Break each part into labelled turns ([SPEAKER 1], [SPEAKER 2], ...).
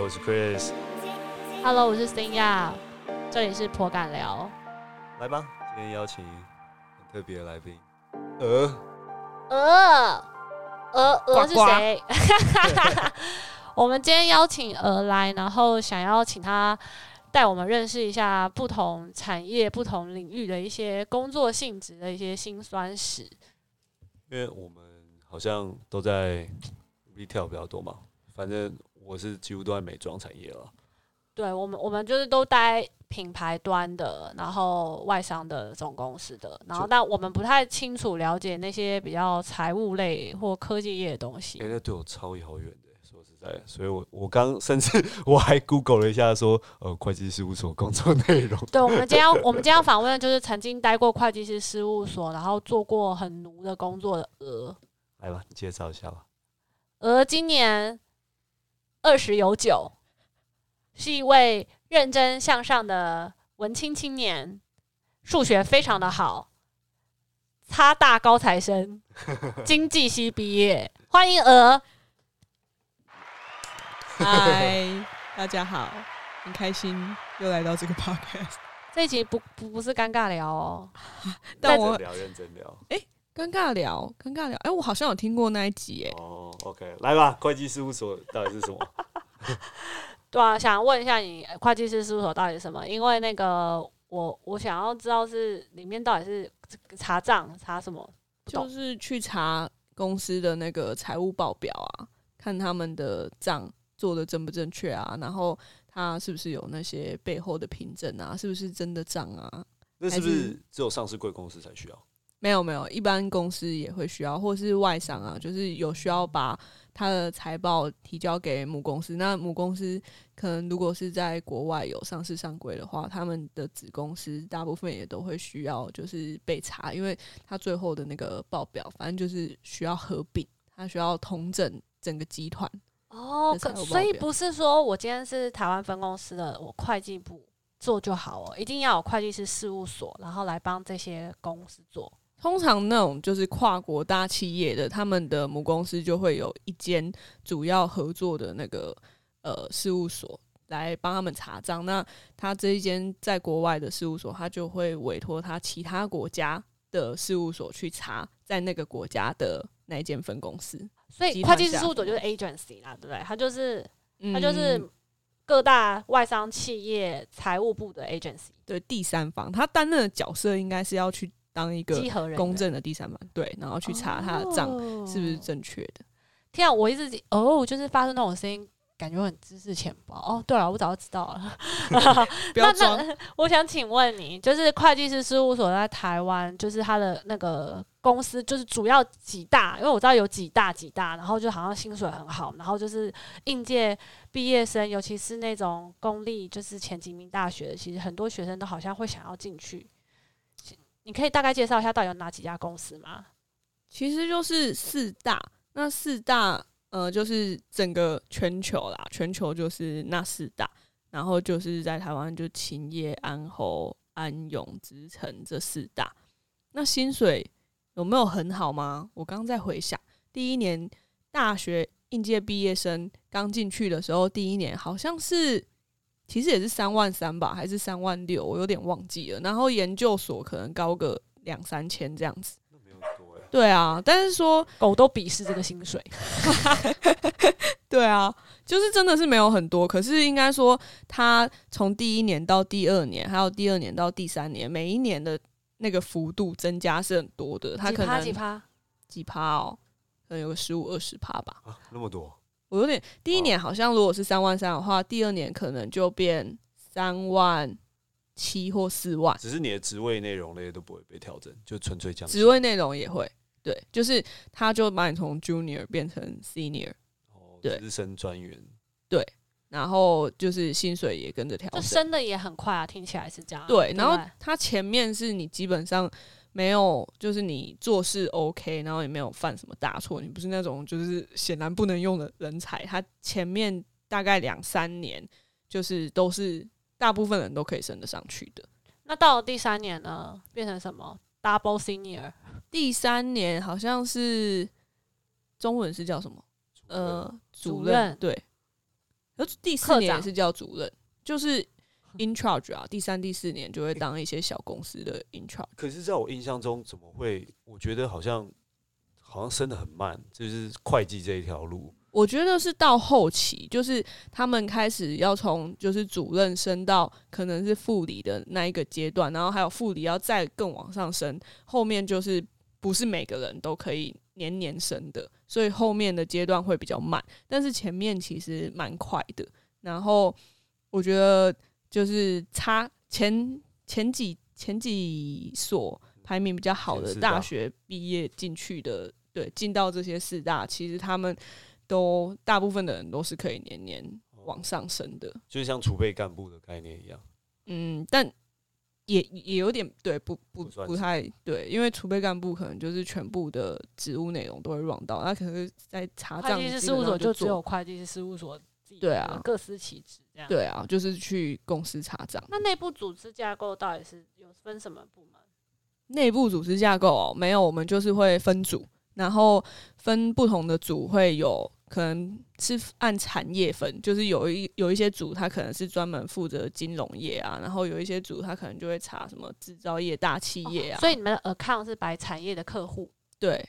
[SPEAKER 1] 我是 Chris，
[SPEAKER 2] Hello，我是新亚，这里是颇敢聊。
[SPEAKER 1] 来吧，今天邀请很特别的来宾，呃，
[SPEAKER 2] 鹅，鹅，
[SPEAKER 3] 呱
[SPEAKER 2] 鹅是谁？ 我们今天邀请鹅来，然后想要请他带我们认识一下不同产业、不同领域的一些工作性质的一些辛酸史。
[SPEAKER 1] 因为我们好像都在 retail 比较多嘛，反正我是几乎都在美妆产业了，
[SPEAKER 2] 对我们，我们就是都待品牌端的，然后外商的总公司的，然后
[SPEAKER 1] 是
[SPEAKER 2] 但我们不太清楚了解那些比较财务类或科技业的东西
[SPEAKER 1] 哎、。那对我超遥远的，说实在的，所以我我刚甚至我还 Google 了一下说呃，会计事务所工作内容，
[SPEAKER 2] 对，我们今天要我们今天要访问的就是曾经待过会计师事务所，然后做过很奴的工作的鹅。
[SPEAKER 1] 来吧，你介绍一下吧。
[SPEAKER 2] 鹅今年二十有九，是一位认真向上的文青青年，数学非常的好，差大高材生，经济系毕业。欢迎鹅，
[SPEAKER 3] 嗨，大家好，很开心又来到这个 podcast。
[SPEAKER 2] 这一集不不不是尴尬聊哦，
[SPEAKER 3] 但
[SPEAKER 1] 认
[SPEAKER 3] 我
[SPEAKER 1] 真聊认真聊
[SPEAKER 3] 尴尬聊，尴尬聊，哎、我好像有听过那一集，哎，
[SPEAKER 1] 哦，OK，来吧，会计事务所到底是 什么？
[SPEAKER 2] 对啊，想问一下你呃会计师事务所到底是什么？因为那个我我想要知道是里面到底是查账查什么？不懂
[SPEAKER 3] 就是去查公司的那个财务报表啊，看他们的账做的正不正确啊，然后他是不是有那些背后的凭证啊，是不是真的账啊？
[SPEAKER 1] 那是不
[SPEAKER 3] 还
[SPEAKER 1] 是
[SPEAKER 3] 是
[SPEAKER 1] 只有上市贵公司才需要？
[SPEAKER 3] 没有没有，一般公司也会需要，或是外商啊，就是有需要把他的财报提交给母公司。那母公司可能如果是在国外有上市上柜的话，他们的子公司大部分也都会需要就是被查，因为他最后的那个报表，反正就是需要合并，他需要统整整个集团。
[SPEAKER 2] 哦，可
[SPEAKER 3] 那财务报
[SPEAKER 2] 所以
[SPEAKER 3] 表
[SPEAKER 2] 不是说我今天是台湾分公司的，我会计部做就好哦，一定要有会计师事务所，然后来帮这些公司做。
[SPEAKER 3] 通常那种就是跨国大企业的，他们的母公司就会有一间主要合作的那个呃事务所来帮他们查账。那他这一间在国外的事务所，他就会委托他其他国家的事务所去查在那个国家的那一间分公司。
[SPEAKER 2] 所以
[SPEAKER 3] 集
[SPEAKER 2] 会
[SPEAKER 3] 团
[SPEAKER 2] 计师
[SPEAKER 3] 下
[SPEAKER 2] 事务所
[SPEAKER 3] 属
[SPEAKER 2] 就是 agency 啦，对不对？它就是
[SPEAKER 3] 嗯
[SPEAKER 2] 它就是各大外商企业财务部的 agency
[SPEAKER 3] 对第三方，他担任的角色应该是要去当一个
[SPEAKER 2] 稽核人员
[SPEAKER 3] 公正的第三方，对，然后去查他的账是不是
[SPEAKER 2] 哦
[SPEAKER 3] 正确的。
[SPEAKER 2] 天啊，我一直哦，就是发出那种声音，感觉我很知识浅薄。哦，对了，我早就知道了。
[SPEAKER 3] 不要
[SPEAKER 2] 那那
[SPEAKER 3] 装，
[SPEAKER 2] 我想请问你，就是会计师事务所在台湾，就是它的那个公司，就是主要几大，因为我知道有几大几大，然后就好像薪水很好，然后就是应届毕业生，尤其是那种公立，就是前几名大学的，其实很多学生都好像会想要进去。你可以大概介绍一下到底有哪几家公司吗？
[SPEAKER 3] 其实就是四大，那四大呃就是整个全球啦，全球就是那四大，然后就是在台湾就勤业、安侯、安永、直城这四大。那薪水有没有很好吗？我刚刚在回想，第一年大学应届毕业生刚进去的时候，第一年好像是。其实也是三万三吧，还是三万六，我有点忘记了。然后研究所可能高个两三千这样子。
[SPEAKER 1] 那没有多哎、
[SPEAKER 3] 对啊，但是说，
[SPEAKER 2] 狗都鄙视这个薪水。
[SPEAKER 3] 对啊，就是真的是没有很多，可是应该说，他从第一年到第二年，还有第二年到第三年，每一年的那个幅度增加是很多的。他
[SPEAKER 2] 几
[SPEAKER 3] 可
[SPEAKER 2] 趴
[SPEAKER 3] 能
[SPEAKER 2] 几趴？
[SPEAKER 3] 几趴哦，可能有个十五二十趴吧。
[SPEAKER 1] 啊，那么多，
[SPEAKER 3] 我有点，第一年好像如果是三万三的话，第二年可能就变三万七或四万。
[SPEAKER 1] 只是你的职位内容类都不会被调整，就纯粹降薪
[SPEAKER 3] 职位内容也会，对，就是他就把你从 junior 变成 senior，
[SPEAKER 1] 哦，
[SPEAKER 3] 对
[SPEAKER 1] 资深专员。
[SPEAKER 3] 然后就是薪水也跟着调
[SPEAKER 2] 就
[SPEAKER 3] 整。
[SPEAKER 2] 升的也很快啊，听起来是这样。
[SPEAKER 3] 哦对，
[SPEAKER 2] 不
[SPEAKER 3] 然后它前面是你基本上没有，就是你做事 OK，然后也没有犯什么大错，你不是那种就是显然不能用的人才。他前面大概两三年，就是都是大部分人都可以升得上去的。
[SPEAKER 2] 那到了第三年呢，变成什么？Double senior
[SPEAKER 3] 第三年好像是中文是叫什么？呃，
[SPEAKER 2] 主
[SPEAKER 3] 主
[SPEAKER 2] 任
[SPEAKER 3] 对，然后第四
[SPEAKER 2] 科
[SPEAKER 3] 年也
[SPEAKER 2] 长
[SPEAKER 3] 是叫主任，就是 in charge 啊。第三、第四年就会当一些小公司的 in charge。
[SPEAKER 1] 可是在我印象中，怎么会？我觉得好像好像升的很慢，就是会计这一条路。
[SPEAKER 3] 我觉得是到后期，就是他们开始要从就是主任升到可能是副理的那一个阶段，然后还有副理要再更往上升，后面就是不是每个人都可以年年升的，所以后面的阶段会比较慢，但是前面其实蛮快的。然后我觉得就是差前前几前几所排名比较好的
[SPEAKER 1] 前四大
[SPEAKER 3] 大学毕业进去的，对，进到这些四大，其实他们都大部分的人都是可以年年往上升的，
[SPEAKER 1] 就是像储备干部的概念一样，
[SPEAKER 3] 嗯，但也也有点对，不不
[SPEAKER 1] 不算
[SPEAKER 3] 不
[SPEAKER 1] 是
[SPEAKER 3] 太对，因为储备干部可能就是全部的职务内容都会 run 到，那可能在查
[SPEAKER 2] 会
[SPEAKER 3] 账
[SPEAKER 2] 计师
[SPEAKER 3] 基
[SPEAKER 2] 事
[SPEAKER 3] 本
[SPEAKER 2] 务所
[SPEAKER 3] 上
[SPEAKER 2] 就
[SPEAKER 3] 就
[SPEAKER 2] 只
[SPEAKER 3] 做
[SPEAKER 2] 有会计师事务所自己
[SPEAKER 3] 对啊
[SPEAKER 2] 各司其职这样。
[SPEAKER 3] 对啊，就是去公司查账。
[SPEAKER 2] 那内部组织架构到底是有分什么部门？
[SPEAKER 3] 内部组织架构哦，没有，我们就是会分组，然后分不同的组会有可能是按产业分，就是有一有一些组它可能是专门负责金融业啊，然后有一些组它可能就会查什么制造业、大企业啊，
[SPEAKER 2] 哦所以你们的 account 是白产业的客户，
[SPEAKER 3] 对。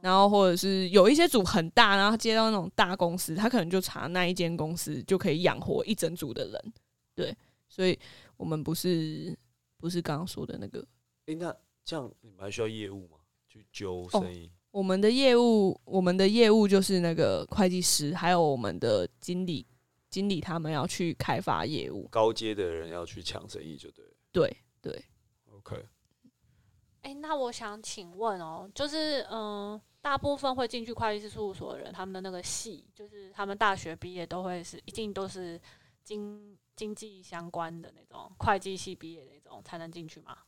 [SPEAKER 3] 然后或者是有一些组很大，然后接到那种大公司，他可能就查那一间公司就可以养活一整组的人，对，所以我们不是不是刚刚说的那个
[SPEAKER 1] 诶，那这样你们还需要业务吗？去
[SPEAKER 2] 哦
[SPEAKER 1] 揪生意？
[SPEAKER 3] 我们的业务，我们的业务就是那个会计师，还有我们的经理，经理他们要去开发业务。
[SPEAKER 1] 高阶的人要去抢生意就对了。
[SPEAKER 3] 对对，
[SPEAKER 1] OK，
[SPEAKER 2] 哎、那我想请问哦，就是嗯、呃大部分会进去会计师事务所的人，他们的那个系，就是他们大学毕业都会是一定都是经经济相关的那种会计系毕业的那种才能进去吗？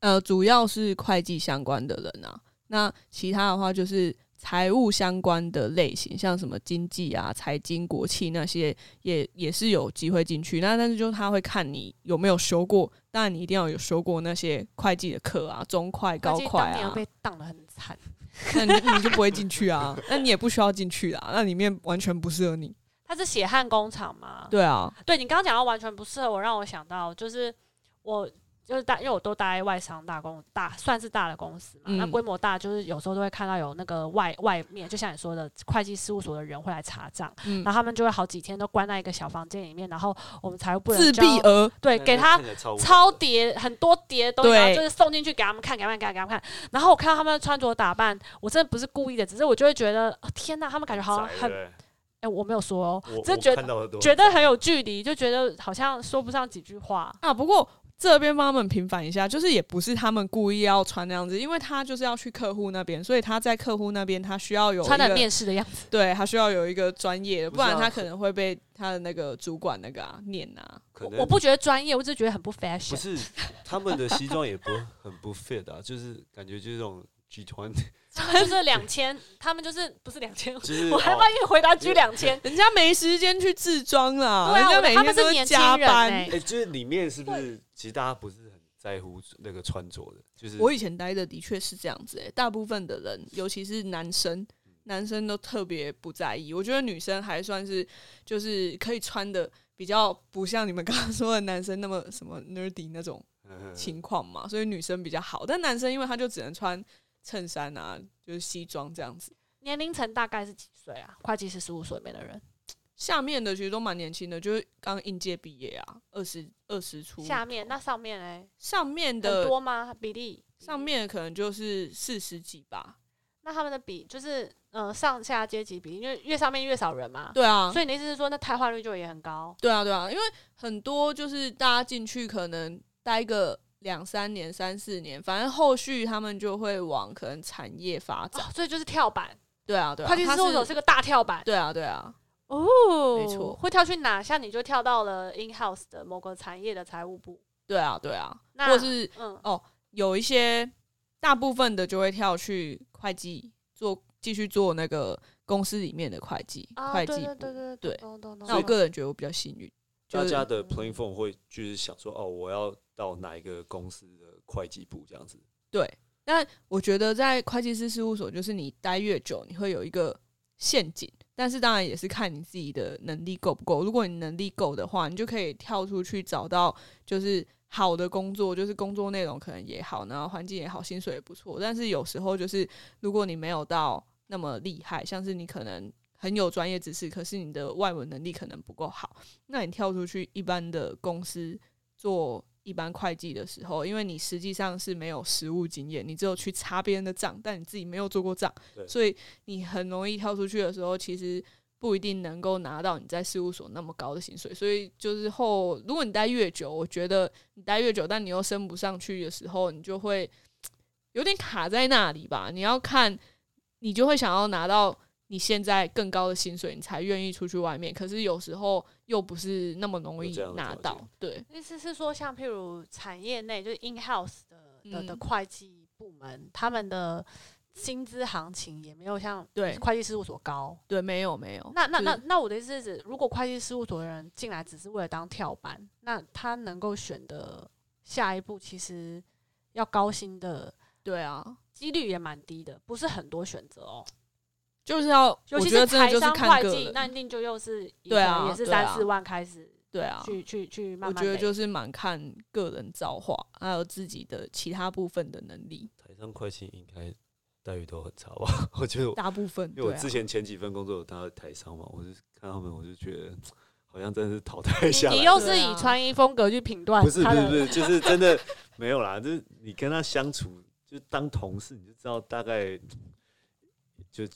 [SPEAKER 3] 呃，主要是会计相关的人啊。那其他的话就是财务相关的类型，像什么经济啊、财经、国企那些，也也是有机会进去。那但是就是他会看你有没有修过，当然你一定要有修过那些会计的课啊，中会、高
[SPEAKER 2] 会计
[SPEAKER 3] 会
[SPEAKER 2] 当
[SPEAKER 3] 啊
[SPEAKER 2] 年。被当得很惨。
[SPEAKER 3] 那你你就不会进去啊，那你也不需要进去啊，那里面完全不适 合你。
[SPEAKER 2] 它是血汗工厂吗？
[SPEAKER 3] 对啊，
[SPEAKER 2] 对你刚刚讲到完全不适合我，让我想到就是我就是大，因为我都待外商大公大算是大的公司嘛，
[SPEAKER 3] 嗯
[SPEAKER 2] 那规模大就是有时候都会看到有那个外外面，就像你说的会计事务所的人会来查账，
[SPEAKER 3] 嗯
[SPEAKER 2] 然，后他们就会好几天都关在一个小房间里面，然后我们财务部人
[SPEAKER 3] 自
[SPEAKER 2] 就
[SPEAKER 3] 闭
[SPEAKER 2] 要
[SPEAKER 3] 儿，
[SPEAKER 2] 对
[SPEAKER 1] 那
[SPEAKER 2] 给
[SPEAKER 1] 那
[SPEAKER 2] 他
[SPEAKER 1] 看起来超无聊
[SPEAKER 2] 超
[SPEAKER 1] 的
[SPEAKER 2] 叠很多叠的东西，
[SPEAKER 3] 对
[SPEAKER 2] 然后就是送进去给他们看，给他们看，给他们看。然后我看到他们的穿着打扮，我真的不是故意的，只是我就会觉得，哦、天呐，他们感觉好像
[SPEAKER 1] 宅
[SPEAKER 2] 很……哎、
[SPEAKER 1] 对
[SPEAKER 2] 我没有说哦
[SPEAKER 1] 不对，我我
[SPEAKER 2] 真的觉
[SPEAKER 1] 看
[SPEAKER 2] 得
[SPEAKER 1] 到的都
[SPEAKER 2] 觉得很有距离，就觉得好像说不上几句话。
[SPEAKER 3] 啊。不过这边帮他们平反一下，就是也不是他们故意要穿那样子，因为他就是要去客户那边，所以他在客户那边他需要有一
[SPEAKER 2] 穿的
[SPEAKER 3] 个
[SPEAKER 2] 面试的样子，
[SPEAKER 3] 对他需要有一个专业的，
[SPEAKER 1] 不
[SPEAKER 3] 不
[SPEAKER 1] 是啊
[SPEAKER 3] 然他可能会被他的那个主管那个啊念啊。
[SPEAKER 1] 可
[SPEAKER 2] 我
[SPEAKER 1] 能
[SPEAKER 2] 我不觉得专业，我只是觉得很不
[SPEAKER 1] 不
[SPEAKER 2] fashion。
[SPEAKER 1] 是他们的西装也不 很不 fit 啊，就是感觉就是这种 G 团，
[SPEAKER 2] 他们就是两千，他们就是不是两千，
[SPEAKER 1] 就是
[SPEAKER 2] 我还
[SPEAKER 1] 哦
[SPEAKER 2] 万一回答居两千，
[SPEAKER 3] 人家没时间去自装啦，
[SPEAKER 2] 对啊，我
[SPEAKER 3] 人家每
[SPEAKER 2] 他们
[SPEAKER 3] 天
[SPEAKER 2] 是
[SPEAKER 3] 都
[SPEAKER 2] 年轻
[SPEAKER 3] 加
[SPEAKER 2] 人
[SPEAKER 3] 班。
[SPEAKER 2] 哎、
[SPEAKER 1] 哎，就是里面是不是其实大家不是很在乎那个穿着的，就是
[SPEAKER 3] 我以前待的的确是这样子、欸，大部分的人，尤其是男生，
[SPEAKER 1] 嗯
[SPEAKER 3] 男生都特别不在意。我觉得女生还算是就是可以穿的比较不像你们刚刚说的男生那么什么 nerdy 那种
[SPEAKER 1] 嗯
[SPEAKER 3] 情况嘛，所以女生比较好。但男生因为他就只能穿衬衫啊，就是西装这样子。
[SPEAKER 2] 年龄层大概是几岁啊？会计师事务所里面的人，
[SPEAKER 3] 下面的其实都蛮年轻的，就是刚应届毕业啊，二十二十出。
[SPEAKER 2] 下面那上面哎、
[SPEAKER 3] 上面
[SPEAKER 2] 很
[SPEAKER 3] 的
[SPEAKER 2] 多吗？比例
[SPEAKER 3] 上面可能就是四十几吧。
[SPEAKER 2] 那他们的比就是呃上下阶级比例，因为越上面越少人嘛，
[SPEAKER 3] 对啊，
[SPEAKER 2] 所以你的意思是说那汰换率就也很高？
[SPEAKER 3] 对啊，对啊，因为很多就是大家进去可能待个两三年、三四年，反正后续他们就会往可能产业发展。
[SPEAKER 2] 哦所以就是跳板，
[SPEAKER 3] 对啊，对啊，
[SPEAKER 2] 会计师
[SPEAKER 3] 他
[SPEAKER 2] 事务所是个大跳板
[SPEAKER 3] 对啊，对啊，
[SPEAKER 2] 哦
[SPEAKER 3] 没错
[SPEAKER 2] 会跳去哪？像你就跳到了 in house 的某个产业的财务部，
[SPEAKER 3] 对啊，对啊，
[SPEAKER 2] 那
[SPEAKER 3] 或是
[SPEAKER 2] 嗯，
[SPEAKER 3] 有一些大部分的就会跳去会计做，继续做那个公司里面的会计、
[SPEAKER 2] 啊，
[SPEAKER 3] 会
[SPEAKER 2] 对
[SPEAKER 3] 计
[SPEAKER 2] 对
[SPEAKER 3] 部
[SPEAKER 2] 对对
[SPEAKER 3] 对
[SPEAKER 2] 懂懂懂
[SPEAKER 3] 那我
[SPEAKER 2] 懂
[SPEAKER 3] 个人觉得我比较幸运，就
[SPEAKER 1] 大
[SPEAKER 3] 是
[SPEAKER 1] 家的 plain phone 会就是想说哦，我要到哪一个公司的会计部这样子，
[SPEAKER 3] 对，但我觉得在会计师事务所，就是你待越久，你会有一个陷阱，但是当然也是看你自己的能力够不够。如果你能力够的话，你就可以跳出去找到就是好的工作，就是工作内容可能也好，然后环境也好，薪水也不错。但是有时候就是如果你没有到那么厉害，像是你可能很有专业知识，可是你的外文能力可能不够好，那你跳出去一般的公司做一般会计的时候，因为你实际上是没有实务经验，你只有去查别人的账，但你自己没有做过账
[SPEAKER 1] 对，
[SPEAKER 3] 所以你很容易跳出去的时候，其实。不一定能够拿到你在事务所那么高的薪水，所以就是后，如果你待越久，我觉得你待越久，但你又升不上去的时候，你就会有点卡在那里吧。你要看，你就会想要拿到你现在更高的薪水，你才愿意出去外面。可是有时候又不是那么容
[SPEAKER 1] 有
[SPEAKER 3] 易
[SPEAKER 1] 这样的
[SPEAKER 3] 拿
[SPEAKER 1] 条
[SPEAKER 3] 到
[SPEAKER 1] 件，
[SPEAKER 3] 对，
[SPEAKER 2] 意思是说，像譬如产业内就是 in house 的的的
[SPEAKER 3] 嗯
[SPEAKER 2] 会计部门，他们的薪资行情也没有像
[SPEAKER 3] 对
[SPEAKER 2] 会计事务所高。
[SPEAKER 3] 对，没有没有。
[SPEAKER 2] 那那
[SPEAKER 3] 就
[SPEAKER 2] 那
[SPEAKER 3] 是
[SPEAKER 2] 那我的意思是指，如果会计事务所的人进来只是为了当跳板，那他能够选的下一步其实要高薪的
[SPEAKER 3] 对啊，
[SPEAKER 2] 几率也蛮低的，不是很多选择哦。
[SPEAKER 3] 就是要，
[SPEAKER 2] 尤
[SPEAKER 3] 我
[SPEAKER 2] 其
[SPEAKER 3] 觉得真的
[SPEAKER 2] 财
[SPEAKER 3] 就是
[SPEAKER 2] 商
[SPEAKER 3] 看
[SPEAKER 2] 会
[SPEAKER 3] 个
[SPEAKER 2] 计，
[SPEAKER 3] 人，
[SPEAKER 2] 那一定就又是以
[SPEAKER 3] 对啊
[SPEAKER 2] 可能也是
[SPEAKER 3] 对啊
[SPEAKER 2] 三四万开始
[SPEAKER 3] 对啊，
[SPEAKER 2] 去去去慢
[SPEAKER 3] 我
[SPEAKER 2] 慢
[SPEAKER 3] 觉
[SPEAKER 2] 累积。
[SPEAKER 3] 得就是蛮看个人造化，还有自己的其他部分的能力，
[SPEAKER 1] 台上会计应该待遇都很差吧？ 我觉得我，
[SPEAKER 3] 大部分
[SPEAKER 1] 因为我
[SPEAKER 3] 对啊
[SPEAKER 1] 之前前几份工作有当到台商嘛，我就看他们，我就觉得好像真的是淘汰下来了。
[SPEAKER 2] 你你又是
[SPEAKER 3] 对
[SPEAKER 2] 以
[SPEAKER 3] 啊
[SPEAKER 2] 穿衣风格去评断
[SPEAKER 1] 不是不
[SPEAKER 2] 他
[SPEAKER 1] 是
[SPEAKER 2] 的，
[SPEAKER 1] 不是，就是真的没有啦，就是你跟他相处，就当同事，你就知道大概
[SPEAKER 3] 就是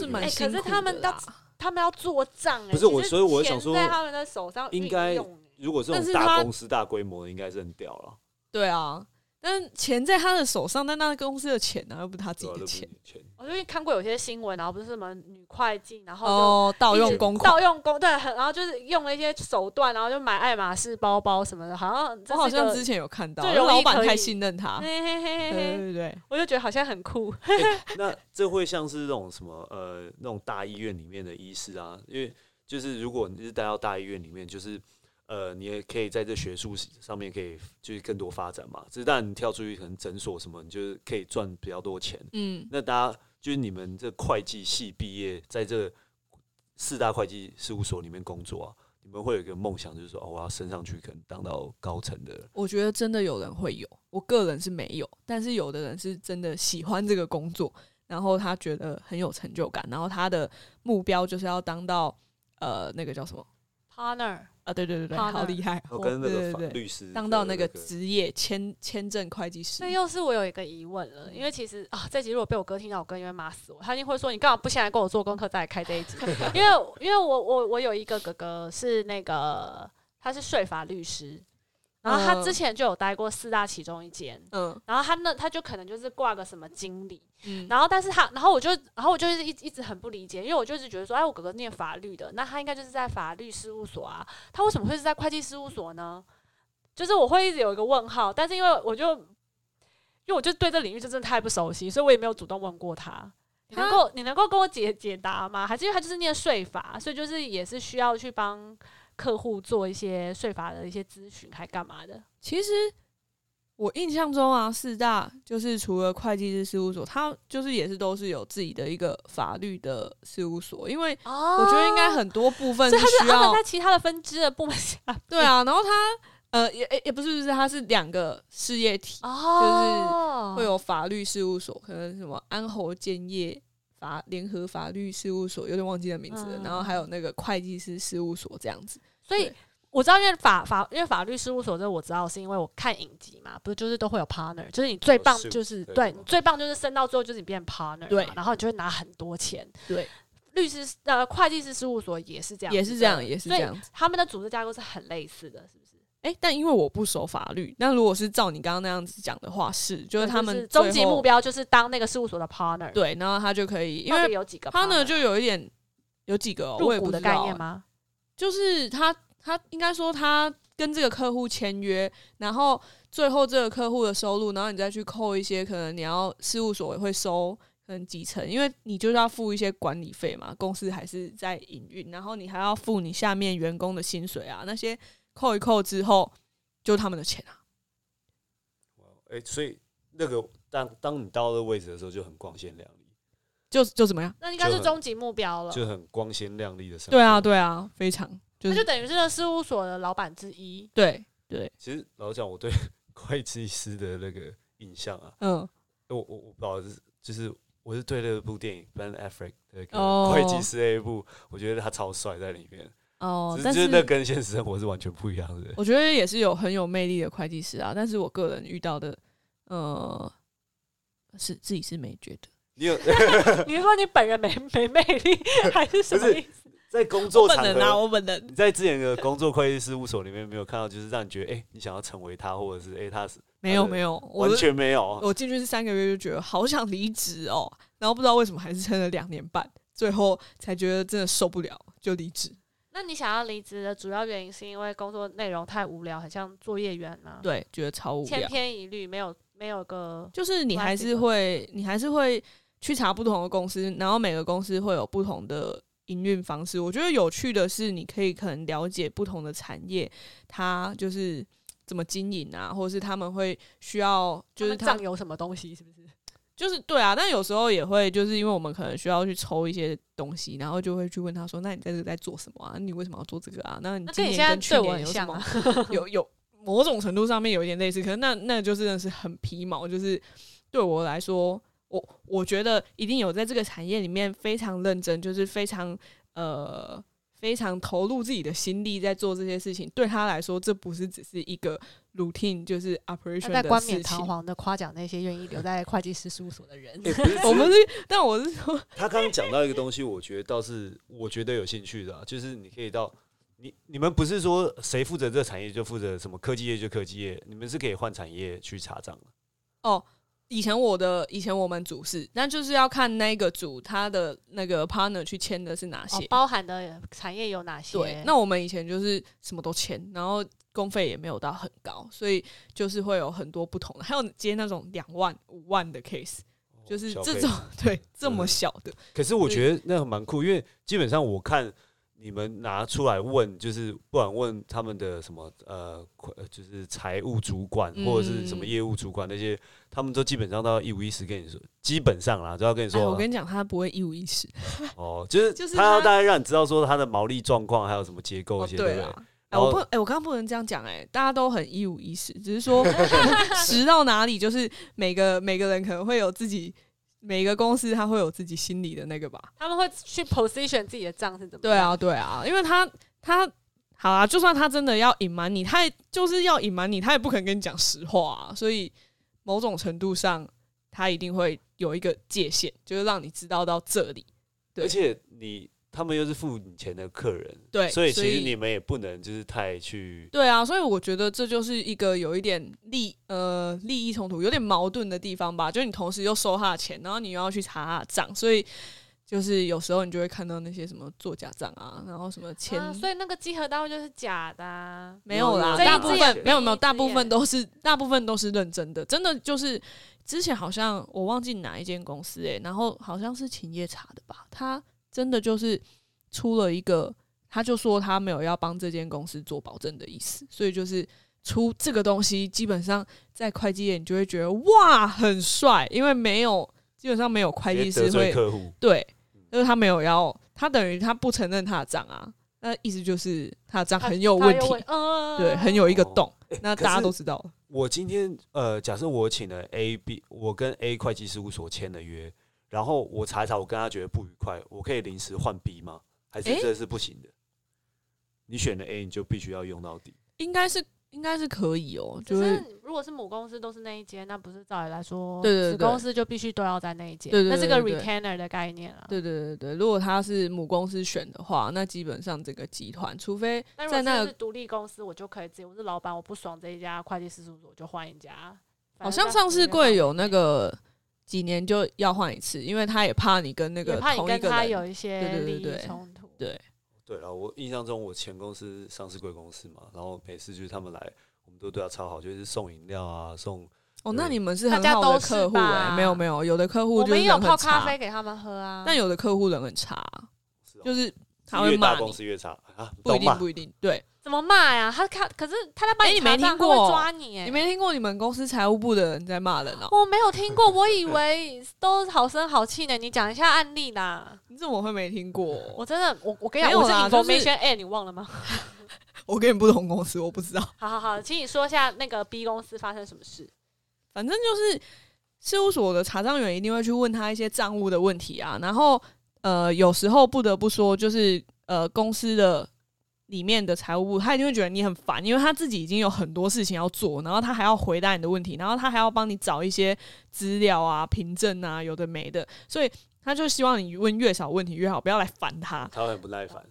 [SPEAKER 1] 就
[SPEAKER 3] 蛮
[SPEAKER 1] 哎
[SPEAKER 3] 辛
[SPEAKER 2] 可
[SPEAKER 3] 苦的
[SPEAKER 2] 是
[SPEAKER 3] 啦、
[SPEAKER 2] 他们到他们要做账哎、
[SPEAKER 1] 不是我
[SPEAKER 2] 其实
[SPEAKER 1] 所以我
[SPEAKER 2] 钱
[SPEAKER 1] 想说
[SPEAKER 2] 在他们的手上
[SPEAKER 1] 应
[SPEAKER 2] 运
[SPEAKER 1] 该
[SPEAKER 2] 用欸
[SPEAKER 1] 如果这
[SPEAKER 3] 但是
[SPEAKER 1] 种
[SPEAKER 3] 他
[SPEAKER 1] 大公司大规模的，应该是很屌了，
[SPEAKER 3] 对啊，但钱在他的手上，但那个公司的钱呢、又不是他自
[SPEAKER 1] 对
[SPEAKER 3] 己
[SPEAKER 1] 吧？
[SPEAKER 3] 的
[SPEAKER 1] 都不是
[SPEAKER 3] 钱
[SPEAKER 1] 你。的钱，
[SPEAKER 2] 我最近看过有些新闻，然后不是什么女会计，然后就。
[SPEAKER 3] 哦，盗
[SPEAKER 2] 一直
[SPEAKER 3] 用公款，
[SPEAKER 2] 盗用公对，很然后就是用了一些手段，然后就买爱马仕包包什么的，好像这是
[SPEAKER 3] 我好
[SPEAKER 2] 一
[SPEAKER 3] 像
[SPEAKER 2] 个
[SPEAKER 3] 之前有看到，
[SPEAKER 2] 这
[SPEAKER 3] 因为
[SPEAKER 2] 容易
[SPEAKER 3] 老板
[SPEAKER 2] 可以
[SPEAKER 3] 太信任他。
[SPEAKER 2] 嘿嘿嘿嘿
[SPEAKER 3] 对对
[SPEAKER 2] 嘿，
[SPEAKER 3] 对对，
[SPEAKER 2] 我就觉得好像很 酷。
[SPEAKER 1] 那这会像是那种什么呃，那种大医院里面的医师啊，因为就是如果你是待到大医院里面，就是呃，你也可以在这学术上面可以就是更多发展嘛。只是但你跳出去可能诊所什么，你就是可以赚比较多钱。
[SPEAKER 3] 嗯，
[SPEAKER 1] 那大家就是你们这会计系毕业，在这四大会计事务所里面工作啊，你们会有一个梦想，就是说哦，我要升上去，可能当到高层的。
[SPEAKER 3] 我觉得真的有人会有，我个人是没有，但是有的人是真的喜欢这个工作，然后他觉得很有成就感，然后他的目标就是要当到呃那个叫什么
[SPEAKER 2] Partner，
[SPEAKER 3] 啊？对对对对，
[SPEAKER 2] Partner
[SPEAKER 3] 好厉害
[SPEAKER 1] 然
[SPEAKER 3] 哦，
[SPEAKER 1] 后跟那
[SPEAKER 3] 对
[SPEAKER 1] 个
[SPEAKER 3] 对
[SPEAKER 1] 法
[SPEAKER 3] 对
[SPEAKER 1] 律师
[SPEAKER 3] 当到那
[SPEAKER 1] 个
[SPEAKER 3] 个职业签签证会计师
[SPEAKER 2] 这，又是我有一个疑问了，因为其实啊，这集如果被我哥听到，我哥一定会骂死我。他一定会说：“你干嘛不先来跟我做功课，再来开这一集？” 因为因为我我我有一个哥哥是那个他是税法律师，然后他
[SPEAKER 3] 嗯
[SPEAKER 2] 之前就有待过四大其中一间，
[SPEAKER 3] 嗯
[SPEAKER 2] 然后他那他就可能就是挂个什么经理，
[SPEAKER 3] 嗯，
[SPEAKER 2] 然后但是他，然后我就，然后我就是一一直很不理解，因为我就是觉得说，哎，我哥哥念法律的，那他应该就是在法律事务所啊，他为什么会是在会计事务所呢？就是我会一直有一个问号，但是因为我就，因为我就对这领域就真的太不熟悉，所以我也没有主动问过他。你能够你能够跟我解解答吗？还是因为他就是念税法，所以就是也是需要去帮客户做一些税法的一些咨询，还干嘛的？
[SPEAKER 3] 其实我印象中啊，四大就是除了会计师事务所，它就是也是都是有自己的一个法律的事务所，因为
[SPEAKER 2] 哦
[SPEAKER 3] 我觉得应该，很多部分
[SPEAKER 2] 所以他
[SPEAKER 3] 需
[SPEAKER 2] 是他们
[SPEAKER 3] 要
[SPEAKER 2] 在其他的分支的部门下 面
[SPEAKER 3] 对啊，然后它呃也也也不是不是，它是两个事业体，
[SPEAKER 2] 哦，
[SPEAKER 3] 会有法律事务所，可能什么安侯建业法联合法律事务所，有点忘记了名字了，
[SPEAKER 2] 嗯
[SPEAKER 3] 然后还有那个会计师事务所这样子，
[SPEAKER 2] 所以
[SPEAKER 3] 对
[SPEAKER 2] 我知道，因为法法因为法律事务所这我知道，是因为我看影集嘛，不是就是都会有 partner，就是你最棒
[SPEAKER 1] 有 suit，
[SPEAKER 2] 就是
[SPEAKER 1] 哦对
[SPEAKER 2] 对
[SPEAKER 1] 有
[SPEAKER 2] 你最棒就是升到最后就是你变 partner，嘛
[SPEAKER 3] 对
[SPEAKER 2] 然后你就会拿很多钱。
[SPEAKER 3] 对，
[SPEAKER 2] 律师呃会计师事务所也是这样，
[SPEAKER 3] 也是这样，，也是
[SPEAKER 2] 所
[SPEAKER 3] 这
[SPEAKER 2] 以
[SPEAKER 3] 样子。
[SPEAKER 2] 他们的组织架构是很类似的，是不是？
[SPEAKER 3] 哎、但因为我不熟法律，那如果是照你刚刚那样子讲的话，是就是他
[SPEAKER 2] 就
[SPEAKER 3] 们
[SPEAKER 2] 是终极
[SPEAKER 3] 最后
[SPEAKER 2] 目标就是当那个事务所的 partner，，
[SPEAKER 3] 对，然后他就可以，因
[SPEAKER 2] 到底
[SPEAKER 3] 为
[SPEAKER 2] 有几个
[SPEAKER 3] 他呢
[SPEAKER 2] partner
[SPEAKER 3] 就有一点有几个哦、我也
[SPEAKER 2] 入
[SPEAKER 3] 不
[SPEAKER 2] 股
[SPEAKER 3] 知
[SPEAKER 2] 的
[SPEAKER 3] 道
[SPEAKER 2] 概
[SPEAKER 3] 啊、
[SPEAKER 2] 念吗？
[SPEAKER 3] 就是他他应该说他跟这个客户签约，然后最后这个客户的收入，然后你再去扣一些可能你要事务所也会收。可能几成，因为你就是要付一些管理费嘛，公司还是在营运，然后你还要付你下面员工的薪水啊，那些扣一扣之后，就是他们的钱啊。
[SPEAKER 1] 哎、所以那个当当你到那个位置的时候，就很光鲜亮丽。
[SPEAKER 3] 就就怎么样？
[SPEAKER 2] 那应该是
[SPEAKER 1] 就很
[SPEAKER 2] 终极目标了。
[SPEAKER 1] 就很光鲜亮丽的生活。
[SPEAKER 3] 对啊，，对啊，非常就
[SPEAKER 2] 他
[SPEAKER 3] 是
[SPEAKER 2] 就等于是那事务所的老板之一。
[SPEAKER 3] 对对，
[SPEAKER 1] 其实老实讲，我对 会计师的那个印象啊，
[SPEAKER 3] 嗯，
[SPEAKER 1] 我我我不知道，就是就是我是对那部电影《Ben Affleck》那个
[SPEAKER 3] 哦
[SPEAKER 1] 会计师那一部，我觉得他超帅在里面，
[SPEAKER 3] 哦
[SPEAKER 1] 只，
[SPEAKER 3] 但
[SPEAKER 1] 就是是那跟现实生活是完全不一样的。
[SPEAKER 3] 我觉得也是有很有魅力的会计师啊，但是我个人遇到的，呃，是自己是没觉得。
[SPEAKER 1] 你有
[SPEAKER 2] 你是说你本人没没魅力，还是什么
[SPEAKER 1] 不是
[SPEAKER 2] 意思？
[SPEAKER 1] 在工作场
[SPEAKER 3] 人啊
[SPEAKER 1] 合，
[SPEAKER 3] 我本人
[SPEAKER 1] 你在之前的工作会计事务所里面没有看到，就是让你觉得哎、你想要成为他，或者是哎、他是
[SPEAKER 3] 没有
[SPEAKER 1] 他的
[SPEAKER 3] 没有，我
[SPEAKER 1] 完全没有。
[SPEAKER 3] 我进去是三个月就觉得好想离职哦，然后不知道为什么还是撑了两年半，最后才觉得真的受不了就离职。
[SPEAKER 2] 那你想要离职的主要原因是因为工作内容太无聊，很像作业员啊，
[SPEAKER 3] 对，觉得超无
[SPEAKER 2] 千
[SPEAKER 3] 聊。
[SPEAKER 2] 篇一律，没有没有个
[SPEAKER 3] 就是你还是会，你还是会去查不同的公司，然后每个公司会有不同的营运方式。我觉得有趣的是，你可以可能了解不同的产业，它就是怎么经营啊，或者是他们会需要，就是
[SPEAKER 2] 他
[SPEAKER 3] 他
[SPEAKER 2] 们账有什么东西，是不是？
[SPEAKER 3] 就是对啊，但有时候也会，就是因为我们可能需要去抽一些东西，然后就会去问他说：“那你在这个在做什么啊？你为什么要做这个啊？那你
[SPEAKER 2] 那
[SPEAKER 3] 今
[SPEAKER 2] 跟你
[SPEAKER 3] 年
[SPEAKER 2] 现在
[SPEAKER 3] 跟去
[SPEAKER 2] 对我
[SPEAKER 3] 年
[SPEAKER 2] 很
[SPEAKER 3] 有什
[SPEAKER 2] 像
[SPEAKER 3] 么
[SPEAKER 2] 啊，
[SPEAKER 3] 有有某种程度上面有一点类似，可是那那就真的是很皮毛，就是对我来说，我我觉得一定有在这个产业里面非常认真，就是非常呃非常投入自己的心力在做这些事情。对他来说，这不是只是一个 routine，就是 operation
[SPEAKER 2] 他在冠
[SPEAKER 3] 的
[SPEAKER 2] 冕
[SPEAKER 3] 事
[SPEAKER 2] 堂
[SPEAKER 3] 情。
[SPEAKER 2] 皇的夸奖那些愿意留在会计师事务所的人。
[SPEAKER 1] 哎、不是，
[SPEAKER 3] 我们是，但我是说，
[SPEAKER 1] 他刚刚讲到一个东西，我觉得倒是我觉得有兴趣的啊、就是你可以到你你们不是说谁负责这个产业就负责什么科技业就科技业，你们是可以换产业去查账的。
[SPEAKER 3] 哦，以前我的以前我们组是，那就是要看那个组他的那个 partner 去签的是哪些。
[SPEAKER 2] 哦，包含的产业有哪些？
[SPEAKER 3] 对，那我们以前就是什么都签，然后公费也没有到很高，所以就是会有很多不同的，还有接那种两万、五万的哦 case，就是
[SPEAKER 1] 小
[SPEAKER 3] 这
[SPEAKER 1] 费
[SPEAKER 3] 种 对这么
[SPEAKER 1] 嗯
[SPEAKER 3] 小的，
[SPEAKER 1] 可是我觉得那蛮酷，因为基本上我看你们拿出来问，就是不管问他们的什么呃，会就是财务主管
[SPEAKER 3] 嗯
[SPEAKER 1] 或者是什么业务主管那些，他们都基本上都要一五一十跟你说，基本上啦都要跟你
[SPEAKER 3] 哎
[SPEAKER 1] 说
[SPEAKER 3] 我跟你讲，他不会一五一十，
[SPEAKER 1] 哦，就是
[SPEAKER 3] 就是
[SPEAKER 1] 他要
[SPEAKER 3] 他
[SPEAKER 1] 大概让你知道说他的毛利状况还有什么结构
[SPEAKER 3] 哦
[SPEAKER 1] 一些，对不对？
[SPEAKER 3] 啦。哎、
[SPEAKER 1] 然后
[SPEAKER 3] 我不，哎、我刚刚不能这样讲，哎，大家都很一五一十，只是说 实到哪里，就是每个每个人可能会有自己，每个公司他会有自己心里的那个吧，
[SPEAKER 2] 他们会去 position 自己的账是怎么？
[SPEAKER 3] 对啊，，对啊，因为他他好啊，就算他真的要隐瞒你，他也就是要隐瞒你，他也不肯跟你讲实话、啊，所以某种程度上，他一定会有一个界限，就是让你知道到这里。对
[SPEAKER 1] 而且你他们又是付你钱的客人，
[SPEAKER 3] 对，
[SPEAKER 1] 所以其实你们也不能就是太去
[SPEAKER 3] 对啊，所以我觉得这就是一个有一点利呃利益冲突、有点矛盾的地方吧。就是你同时又收他的钱，然后你又要去查他的账，所以就是有时候你就会看到那些什么做假账啊，然后什么钱、
[SPEAKER 2] 啊，所以那个集合单位就是假的、啊。
[SPEAKER 3] 没有啦，
[SPEAKER 2] 没有
[SPEAKER 3] 大
[SPEAKER 2] 啦
[SPEAKER 3] 部
[SPEAKER 2] 这一只
[SPEAKER 3] 分
[SPEAKER 2] 眼
[SPEAKER 3] 没有没
[SPEAKER 2] 闭一
[SPEAKER 3] 有，
[SPEAKER 2] 只
[SPEAKER 3] 大部分
[SPEAKER 2] 眼
[SPEAKER 3] 都是大部分都是认真的，真的就是之前好像我忘记哪一间公司诶、然后好像是勤业查的吧，他真的就是出了一个，他就说他没有要帮这间公司做保证的意思，所以就是出这个东西，基本上在会计业你就会觉得哇很帅，因为没有基本上没有会
[SPEAKER 1] 直
[SPEAKER 3] 计
[SPEAKER 1] 接
[SPEAKER 3] 师
[SPEAKER 1] 得罪
[SPEAKER 3] 会
[SPEAKER 1] 客户。
[SPEAKER 3] 对，就是他没有要，他等于他不承认他的账啊，那意思就是啊他的账很有问题。
[SPEAKER 2] 嗯，
[SPEAKER 3] 对，很有一个
[SPEAKER 1] 哦
[SPEAKER 3] 洞，那
[SPEAKER 1] 可
[SPEAKER 3] 大家
[SPEAKER 1] 是
[SPEAKER 3] 都知道了。
[SPEAKER 1] 我今天呃，假设我请了 A、B，我跟 A 会计事务所签了约，然后我查一查，我跟他觉得不愉快，我可以临时换 B 吗？还是
[SPEAKER 3] 诶
[SPEAKER 1] 这是不行的？你选了 A，你就必须要用到底。
[SPEAKER 3] 应该是应该是可以哦、
[SPEAKER 2] 只
[SPEAKER 3] 就是
[SPEAKER 2] 是如果是母公司都是那一间，那不是照理来说，
[SPEAKER 3] 对对
[SPEAKER 2] 子
[SPEAKER 3] 对
[SPEAKER 2] 公司就必须都要在那一间，
[SPEAKER 3] 对对对
[SPEAKER 2] 那是个
[SPEAKER 3] 对对
[SPEAKER 2] retainer 的概念啊。
[SPEAKER 3] 对对对对，如果他是母公司选的话，那基本上整个集团，除非
[SPEAKER 2] 那如
[SPEAKER 3] 在
[SPEAKER 2] 果
[SPEAKER 3] 那
[SPEAKER 2] 现在
[SPEAKER 3] 个
[SPEAKER 2] 是独立公司，我就可以自己，我是老板，我不爽这一家会计师事务所，我就换一家。
[SPEAKER 3] 好像上市
[SPEAKER 2] 柜
[SPEAKER 3] 柜有那个几年就要换一次，因为他也怕你跟那
[SPEAKER 2] 也
[SPEAKER 3] 个
[SPEAKER 2] 怕你
[SPEAKER 3] 同一
[SPEAKER 2] 跟
[SPEAKER 3] 个
[SPEAKER 2] 他
[SPEAKER 3] 人，
[SPEAKER 2] 有一
[SPEAKER 3] 对
[SPEAKER 2] 些
[SPEAKER 3] 对对
[SPEAKER 2] 利益
[SPEAKER 3] 对
[SPEAKER 2] 冲突。
[SPEAKER 3] 对
[SPEAKER 1] 对了，我印象中我前公司上市贵公司嘛，然后每次就是他们来，我们都对他超好，就是送饮料啊，送
[SPEAKER 3] 哦，
[SPEAKER 1] 对
[SPEAKER 3] 那你们是很
[SPEAKER 2] 大家
[SPEAKER 3] 好的
[SPEAKER 2] 都是
[SPEAKER 3] 客户哎、
[SPEAKER 2] 吧
[SPEAKER 3] 没有没有，有的客户
[SPEAKER 2] 我
[SPEAKER 3] 就
[SPEAKER 2] 们
[SPEAKER 3] 是
[SPEAKER 2] 也有
[SPEAKER 3] 人
[SPEAKER 2] 泡
[SPEAKER 3] 很
[SPEAKER 2] 咖
[SPEAKER 3] 差
[SPEAKER 2] 啡，给他们喝啊，
[SPEAKER 3] 但有的客户人很差，
[SPEAKER 1] 是哦
[SPEAKER 3] 就是他
[SPEAKER 1] 越
[SPEAKER 3] 会
[SPEAKER 1] 大
[SPEAKER 3] 骂
[SPEAKER 1] 公
[SPEAKER 3] 你，
[SPEAKER 1] 司越差啊，
[SPEAKER 3] 不一
[SPEAKER 1] 懂吗
[SPEAKER 3] 定不一定，对，
[SPEAKER 2] 怎么骂呀？他看，可是他在帮
[SPEAKER 3] 哎你
[SPEAKER 2] 查
[SPEAKER 3] 没
[SPEAKER 2] 账
[SPEAKER 3] 听过
[SPEAKER 2] 他会抓你哎、
[SPEAKER 3] 你没听过你们公司财务部的人在骂人哦、
[SPEAKER 2] 我没有听过，我以为都是好声好气呢。你讲一下案例啦。
[SPEAKER 3] 你怎么会没听过？
[SPEAKER 2] 我真的，我我跟你讲，
[SPEAKER 3] 没
[SPEAKER 2] 我
[SPEAKER 3] 有
[SPEAKER 2] 是
[SPEAKER 3] 啦
[SPEAKER 2] information a 你忘了吗？
[SPEAKER 3] 我跟你不同公司，我不知道。
[SPEAKER 2] 好好好，请你说一下那个 B 公司发生什么事。
[SPEAKER 3] 反正就是事务所的查账员一定会去问他一些账务的问题啊，然后呃，有时候不得不说，就是呃，公司的里面的财务部，他一定会觉得你很烦，因为他自己已经有很多事情要做，然后他还要回答你的问题，然后他还要帮你找一些资料啊、凭证啊，有的没的，所以他就希望你问越少问题越好，不要来烦他。
[SPEAKER 1] 他会很不耐烦。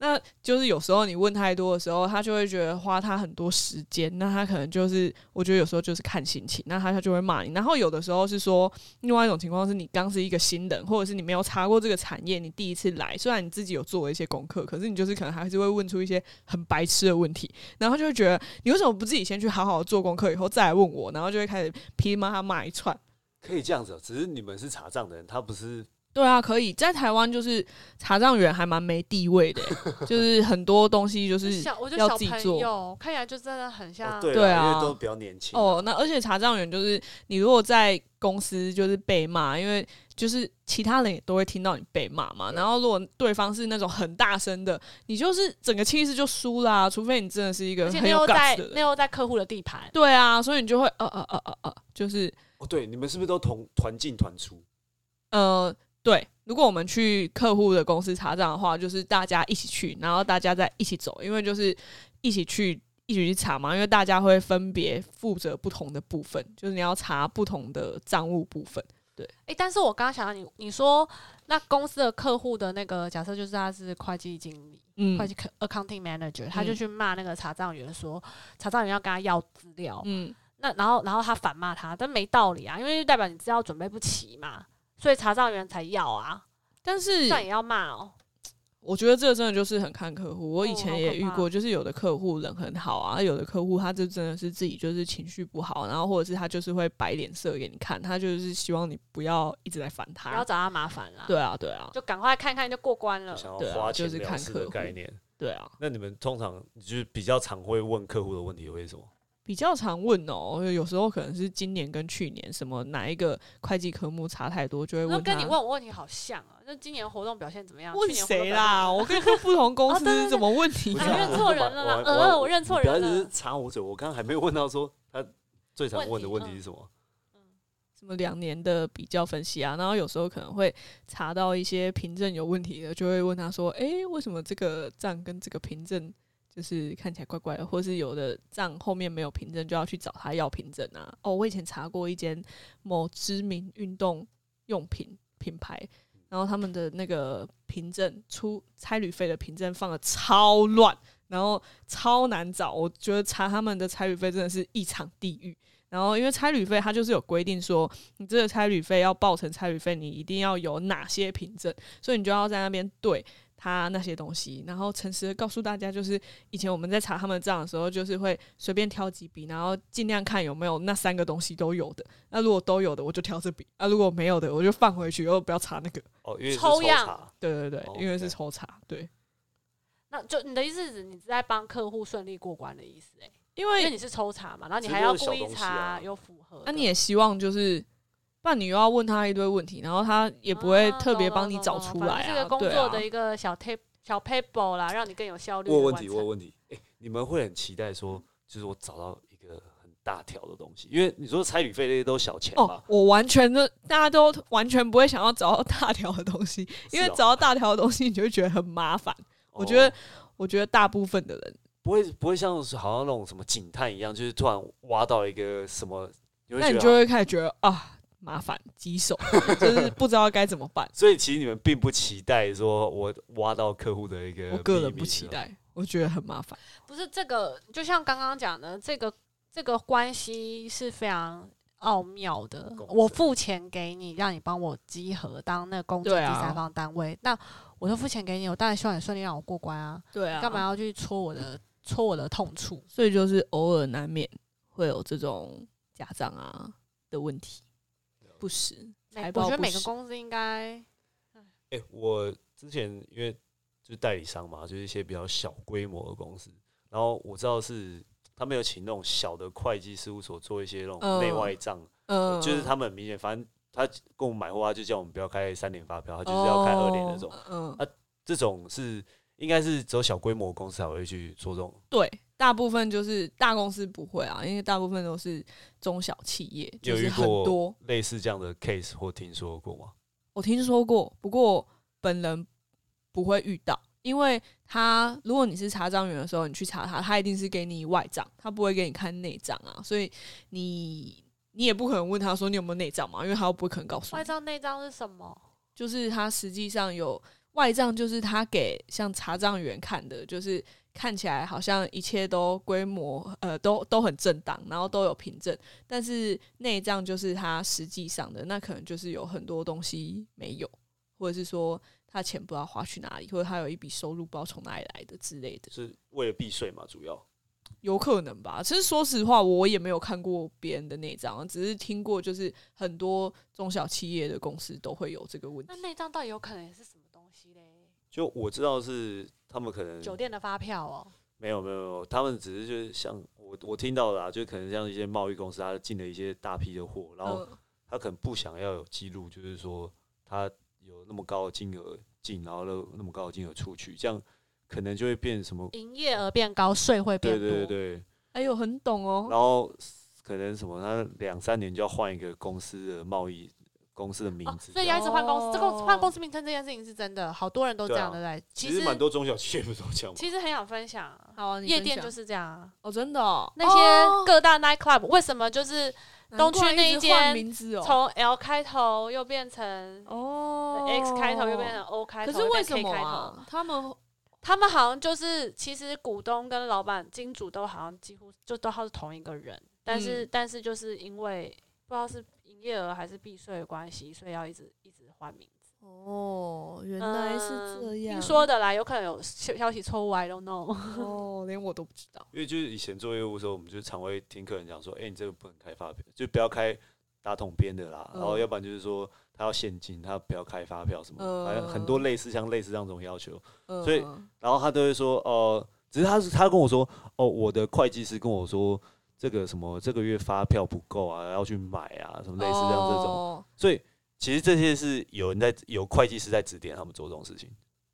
[SPEAKER 3] 那就是有时候你问太多的时候，他就会觉得花他很多时间，那他可能就是我觉得有时候就是看心情，那他他就会骂你。然后有的时候是说，另外一种情况是你刚是一个新人，或者是你没有查过这个产业，你第一次来，虽然你自己有做一些功课，可是你就是可能还是会问出一些很白痴的问题，然后就会觉得你为什么不自己先去好好做功课，以后再来问我，然后就会开始噼里啪啦骂一串。
[SPEAKER 1] 可以这样子哦，只是你们是查账的人，他不是
[SPEAKER 3] 对啊，可以在台湾就是查账员还蛮没地位的、欸就是很多东西就是
[SPEAKER 2] 小，我觉得
[SPEAKER 3] 要
[SPEAKER 2] 小
[SPEAKER 3] 自己
[SPEAKER 2] 朋
[SPEAKER 3] 做
[SPEAKER 2] 友看起来就真的很像。
[SPEAKER 1] 哦，对
[SPEAKER 3] 对
[SPEAKER 1] 啊，
[SPEAKER 3] 啊
[SPEAKER 1] 因为都比较年轻啊。
[SPEAKER 3] 哦，那而且查账员就是你如果在公司就是被骂，因为就是其他人也都会听到你被骂嘛。然后如果对方是那种很大声的，你就是整个气势就输啦、除非你真的是一
[SPEAKER 2] 而
[SPEAKER 3] 个
[SPEAKER 2] 且
[SPEAKER 3] 很
[SPEAKER 2] 那
[SPEAKER 3] 有
[SPEAKER 2] 又在
[SPEAKER 3] guts 的
[SPEAKER 2] 那
[SPEAKER 3] 人。
[SPEAKER 2] 又在客户的地盘，
[SPEAKER 3] 对啊，所以你就会呃呃呃呃呃，就是
[SPEAKER 1] 哦，对，你们是不是都同团进团出？
[SPEAKER 3] 呃对。如果我们去客户的公司查账的话，就是大家一起去，然后大家再一起走，因为就是一起去。一起去查嘛，因为大家会分别负责不同的部分，就是你要查不同的账务部分。
[SPEAKER 2] 诶，但是我刚刚想到你，你说那公司的客户的那个假设就是他是会计经理，
[SPEAKER 3] 嗯
[SPEAKER 2] 会计 accounting manager，他就
[SPEAKER 3] 嗯
[SPEAKER 2] 去骂那个查账员说，查账员要跟他要资料，
[SPEAKER 3] 嗯，
[SPEAKER 2] 那然后然后他反骂他，但没道理啊，因为就代表你资料准备不齐嘛，所以查账员才要啊，
[SPEAKER 3] 但是
[SPEAKER 2] 那也要骂哦。
[SPEAKER 3] 我觉得这真的就是很看客户。我以前也遇
[SPEAKER 2] 好可
[SPEAKER 3] 过，
[SPEAKER 2] 怕
[SPEAKER 3] 就是有的客户人很好啊，有的客户他就真的是自己就是情绪不好，然后或者是他就是会摆脸色给你看，他就是希望你不要一直在烦
[SPEAKER 2] 不要
[SPEAKER 3] 他。
[SPEAKER 2] 找他麻烦啦。，
[SPEAKER 3] 啊对啊，对啊，
[SPEAKER 2] 就赶快看看就过关了。
[SPEAKER 1] 想要
[SPEAKER 3] 对啊
[SPEAKER 1] 花
[SPEAKER 3] 就
[SPEAKER 1] 钱
[SPEAKER 3] 是
[SPEAKER 1] 了
[SPEAKER 3] 看
[SPEAKER 1] 事
[SPEAKER 3] 客
[SPEAKER 1] 的
[SPEAKER 3] 户
[SPEAKER 1] 概念。
[SPEAKER 3] 对啊，
[SPEAKER 1] 那你们通常就是比较常会问客户的问题会是什么？
[SPEAKER 3] 比较常问哦，有时候可能是今年跟去年什么哪一个会计科目差太多，就会
[SPEAKER 2] 那
[SPEAKER 3] 问他。
[SPEAKER 2] 跟你问我问题好像啊，那今年活动表现怎么样？
[SPEAKER 3] 问
[SPEAKER 2] 去年活动
[SPEAKER 3] 谁
[SPEAKER 2] 表现
[SPEAKER 3] 啦？我跟你说不同公
[SPEAKER 2] 啊哦对对
[SPEAKER 3] 司
[SPEAKER 2] 对
[SPEAKER 3] 怎么问题
[SPEAKER 1] 不
[SPEAKER 2] 哎
[SPEAKER 1] 是
[SPEAKER 3] 啊？
[SPEAKER 1] 啊
[SPEAKER 2] 认错人了啦呃我认错
[SPEAKER 1] 你不要
[SPEAKER 2] 人
[SPEAKER 1] 只
[SPEAKER 2] 了
[SPEAKER 1] 是插我嘴，我刚刚还没有问到说他最常问的问题是什
[SPEAKER 2] 嗯
[SPEAKER 1] 么。
[SPEAKER 3] 什么两年的比较分析啊，然后有时候可能会查到一些凭证有问题的，就会问他说：“诶，为什么这个账跟这个凭证就是看起来怪怪的？或是有的账后面没有凭证，就要去找他要凭证啊？”哦，我以前查过一间某知名运动用品品牌，然后他们的那个凭证出差旅费的凭证放的超乱，然后超难找，我觉得查他们的差旅费真的是一场地狱。然后，因为差旅费它就是有规定说，你这个差旅费要报成差旅费，你一定要有哪些凭证，所以你就要在那边对他那些东西，然后诚实的告诉大家，就是以前我们在查他们的账的时候，就是会随便挑几笔，然后尽量看有没有那三个东西都有的。那如果都有的，我就挑这笔；那、如果没有的，我就放回去，我不要查那个。
[SPEAKER 1] 哦，因为是抽
[SPEAKER 2] 抽样
[SPEAKER 1] 查
[SPEAKER 3] 对对对，
[SPEAKER 1] 哦
[SPEAKER 3] 因为是
[SPEAKER 1] OK
[SPEAKER 3] 抽查，对，
[SPEAKER 2] 那就你的意思是指你是在帮客户顺利过关的意思、欸，
[SPEAKER 3] 因
[SPEAKER 2] 因为
[SPEAKER 3] 为
[SPEAKER 2] 你是抽查嘛，然后你
[SPEAKER 1] 只
[SPEAKER 2] 还
[SPEAKER 1] 不
[SPEAKER 2] 要
[SPEAKER 1] 过是小
[SPEAKER 2] 故意
[SPEAKER 1] 东西
[SPEAKER 2] 查
[SPEAKER 1] 啊
[SPEAKER 2] 有符合的。
[SPEAKER 3] 那、你也希望
[SPEAKER 2] 哦
[SPEAKER 3] 就是。不然你又要问他一堆问题，然后他也不会
[SPEAKER 2] 啊
[SPEAKER 3] 特别
[SPEAKER 2] 懂
[SPEAKER 3] 帮
[SPEAKER 2] 懂
[SPEAKER 3] 你
[SPEAKER 2] 懂
[SPEAKER 3] 找
[SPEAKER 2] 懂
[SPEAKER 3] 出
[SPEAKER 2] 反正
[SPEAKER 3] 来啊。
[SPEAKER 2] 是个工
[SPEAKER 3] 对
[SPEAKER 2] 作
[SPEAKER 3] 啊
[SPEAKER 2] 的一个小 tip 小 paper 啦，让你更有效率。
[SPEAKER 1] 问问题，问，问题。哎、你们会很期待说，就是我找到一个很大条的东西，因为你说差旅费那些都小钱
[SPEAKER 3] 哦
[SPEAKER 1] 嘛，，
[SPEAKER 3] 我完全的，大家都完全不会想要找到大条的东西，因为
[SPEAKER 1] 是哦
[SPEAKER 3] 找到大条的东西，你就会觉得很麻烦。我觉
[SPEAKER 1] 哦
[SPEAKER 3] 得，我觉得大部分的人，
[SPEAKER 1] 不会不会像是好像那种什么警探一样，就是突然挖到一个什么，你会
[SPEAKER 3] 那
[SPEAKER 1] 觉
[SPEAKER 3] 你
[SPEAKER 1] 得
[SPEAKER 3] 就
[SPEAKER 1] 好。
[SPEAKER 3] 会开始觉得啊，麻烦 棘手，就是不知道该怎么办。
[SPEAKER 1] 所以其实你们并不期待说我挖到客户的一呃个秘密，
[SPEAKER 3] 我个人不期待，我觉得很麻烦。
[SPEAKER 2] 不是这个，就像刚刚讲的，这个这个关系是非常奥妙的
[SPEAKER 1] 公。正
[SPEAKER 2] 我付钱给你，让你帮我集合当那个公证
[SPEAKER 3] 对
[SPEAKER 2] 第
[SPEAKER 3] 啊
[SPEAKER 2] 三方单位，那我就付钱给你，我当然希望你顺利让我过关啊，
[SPEAKER 3] 对啊
[SPEAKER 2] 干嘛？要去戳我的戳我的痛处？
[SPEAKER 3] 所以就是偶尔难免会有这种家长啊的问题，不实
[SPEAKER 2] 每
[SPEAKER 3] 财
[SPEAKER 2] 我
[SPEAKER 3] 报
[SPEAKER 2] 觉得
[SPEAKER 3] 不
[SPEAKER 2] 每个
[SPEAKER 3] 实
[SPEAKER 2] 公司应该
[SPEAKER 1] 哎、我之前因为就是代理商嘛，就是一些比较小规模的公司，然后我知道是他们有请那种小的会计事务所做一些那种
[SPEAKER 3] 嗯
[SPEAKER 1] 内外账，
[SPEAKER 3] 嗯，
[SPEAKER 1] 就是他们很明显，反正他跟我们买货，他就叫我们不要开三联发票，他就是要开二联那种。
[SPEAKER 3] 哦，嗯，
[SPEAKER 1] 这种是应该是只有小规模公司才会去做这种。
[SPEAKER 3] 对，大部分就是大公司不会啊，因为大部分都是中小企业，
[SPEAKER 1] 你有
[SPEAKER 3] 就
[SPEAKER 1] 遇
[SPEAKER 3] 是很
[SPEAKER 1] 过
[SPEAKER 3] 多。
[SPEAKER 1] 类似这样的 case 或听说过吗？
[SPEAKER 3] 我听说过，不过本人不会遇到，因为他如果你是查账员的时候，你去查他，他一定是给你外账，他不会给你看内账啊，所以你你也不可能问他说你有没有内账嘛，因为他又不可能告诉你
[SPEAKER 2] 外，账内账是什么？
[SPEAKER 3] 就是他实际上有外账，就是他给像查账员看的，就是看起来好像一切都规模呃都都很正当，然后都有凭证，但是内账就是他实际上的，那可能就是有很多东西没有，或者是说他钱不知道花去哪里，或者他有一笔收入不知道从哪里来的之类的，
[SPEAKER 1] 是为了避税嘛，主要。
[SPEAKER 3] 有可能吧。其实说实话，我也没有看过别人的内账，只是听过就是很多中小企业的公司都会有这个问题
[SPEAKER 2] 那。内账到底有可能是什么东西嘞？
[SPEAKER 1] 就我知道是他们可能
[SPEAKER 2] 酒店的发票哦，
[SPEAKER 1] 没有没有没有，他们只是就是像我我听到的、啊，就可能像一些贸易公司，他进了一些大批的货，然后
[SPEAKER 3] 嗯
[SPEAKER 1] 他可能不想要有记录，就是说他有那么高的金额进，然后那那么高的金额出去，这样可能就会变什么？
[SPEAKER 2] 营业额变高，税会变
[SPEAKER 1] 对
[SPEAKER 2] 多。
[SPEAKER 1] 对
[SPEAKER 2] 哦
[SPEAKER 1] 对对，
[SPEAKER 3] 哎呦，很懂哦。
[SPEAKER 1] 然后可能什么，他两三年就要换一个公司的贸易公司的名
[SPEAKER 2] 哦，
[SPEAKER 1] 字
[SPEAKER 2] 所，以要一直换公司，这公
[SPEAKER 3] 哦
[SPEAKER 2] 换公司名称这件事情是真的，好多人都这样的
[SPEAKER 1] 对啊
[SPEAKER 2] 在。
[SPEAKER 1] 其
[SPEAKER 2] 实
[SPEAKER 1] 实蛮多中小企业不都这样吗？
[SPEAKER 2] 其实很想哦分享，
[SPEAKER 3] 好啊，你
[SPEAKER 2] 夜店
[SPEAKER 3] 分享
[SPEAKER 2] 就是这样啊。
[SPEAKER 3] 哦，真的哦、
[SPEAKER 2] 那些各大 night club 为什么就是东区那一
[SPEAKER 3] 一
[SPEAKER 2] 间
[SPEAKER 3] 名字哦，
[SPEAKER 2] 从 L 开头又变成
[SPEAKER 3] 哦
[SPEAKER 2] X 开头，又变成 O 开头，
[SPEAKER 3] 可是
[SPEAKER 2] 又
[SPEAKER 3] 为
[SPEAKER 2] 变
[SPEAKER 3] 什么
[SPEAKER 2] K 开头？
[SPEAKER 3] 啊？他们
[SPEAKER 2] 他们好像就是，其实股东跟老板、金主都好像几乎就都他是同一个人，但是、但是就是因为不知道是营业额还是避税的关系，所以要一直一直换名字。
[SPEAKER 3] 哦，原
[SPEAKER 2] 嗯听说的啦，有可能有消消息错误，I don't know。
[SPEAKER 3] 哦，连我都不知道。
[SPEAKER 1] 因为就是以前做业务的时候，我们就常会听客人讲说，哎、你这个不能开发票，就不要开打桶边的啦。
[SPEAKER 3] 嗯
[SPEAKER 1] 然后要不然就是说他要现金，他不要开发票什么的，
[SPEAKER 3] 嗯
[SPEAKER 1] 反正很多类似像类似这样这种要求。
[SPEAKER 3] 嗯
[SPEAKER 1] 所以然后他都会说，哦、只是他是他跟我说，哦，我的会计师跟我说这个什么这个月发票不够啊，要去买啊，什么类似这样这种。
[SPEAKER 3] 哦
[SPEAKER 1] 所以其实这些是有人在有会计师在指点他们做这种事情。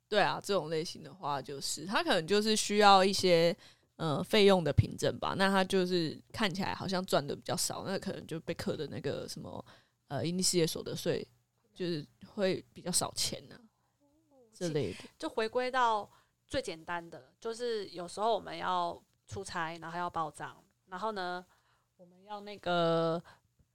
[SPEAKER 3] 对啊，这种类型的话，就是他可能就是需要一些呃费用的凭证吧。那他就是看起来好像赚的比较少，那可能就被课的那个什么呃营利事业所得税，就是会比较少钱呢、
[SPEAKER 2] 哦
[SPEAKER 3] 这类的。
[SPEAKER 2] 就回归到最简单的，就是有时候我们要出差，然后要报账，然后呢，我们要那个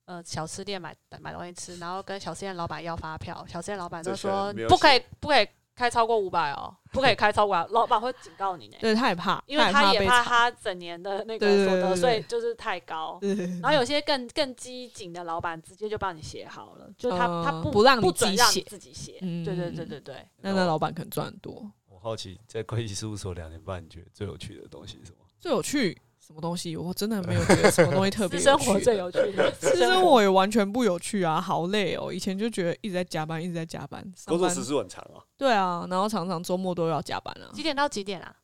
[SPEAKER 2] 呃小吃店买买东西吃，然后跟小吃店老板要发票，小吃店老板就
[SPEAKER 1] 这显然
[SPEAKER 2] 说
[SPEAKER 1] 没有
[SPEAKER 2] 不可以不可以开超过五百哦，不可以开超过500，老板会警告你呢。
[SPEAKER 3] 对，他也怕，
[SPEAKER 2] 因为他也
[SPEAKER 3] 被
[SPEAKER 2] 怕
[SPEAKER 3] 查。
[SPEAKER 2] 他整年的那
[SPEAKER 3] 对
[SPEAKER 2] 个
[SPEAKER 3] 对
[SPEAKER 2] 所
[SPEAKER 3] 对
[SPEAKER 2] 得
[SPEAKER 3] 对
[SPEAKER 2] 税就是太高，
[SPEAKER 3] 对对对
[SPEAKER 2] 然后有些更更机警的老板直接就帮你写好了，就他、
[SPEAKER 3] 嗯
[SPEAKER 2] 他不
[SPEAKER 3] 不让你
[SPEAKER 2] 不准
[SPEAKER 3] 自己
[SPEAKER 2] 让
[SPEAKER 3] 写
[SPEAKER 2] 自己写，
[SPEAKER 3] 嗯
[SPEAKER 2] 对对对对对，
[SPEAKER 3] 那那老板可能赚很多。
[SPEAKER 1] 我好奇，在会计事务所两年半，你觉得最有趣的东西是什么？
[SPEAKER 3] 最有趣什么东西？我真的没有觉得什么东西特别
[SPEAKER 2] 私
[SPEAKER 3] 有
[SPEAKER 2] 生
[SPEAKER 3] 趣
[SPEAKER 2] 活最有趣的，
[SPEAKER 3] 私生活也完全不有趣啊，好累哦！以前就觉得一直在加班，一直在加班，
[SPEAKER 1] 工
[SPEAKER 3] 上
[SPEAKER 1] 作
[SPEAKER 3] 班
[SPEAKER 1] 时数很长啊。
[SPEAKER 3] 对啊，然后常常周末都要加班啊
[SPEAKER 2] 几。点到几点啊？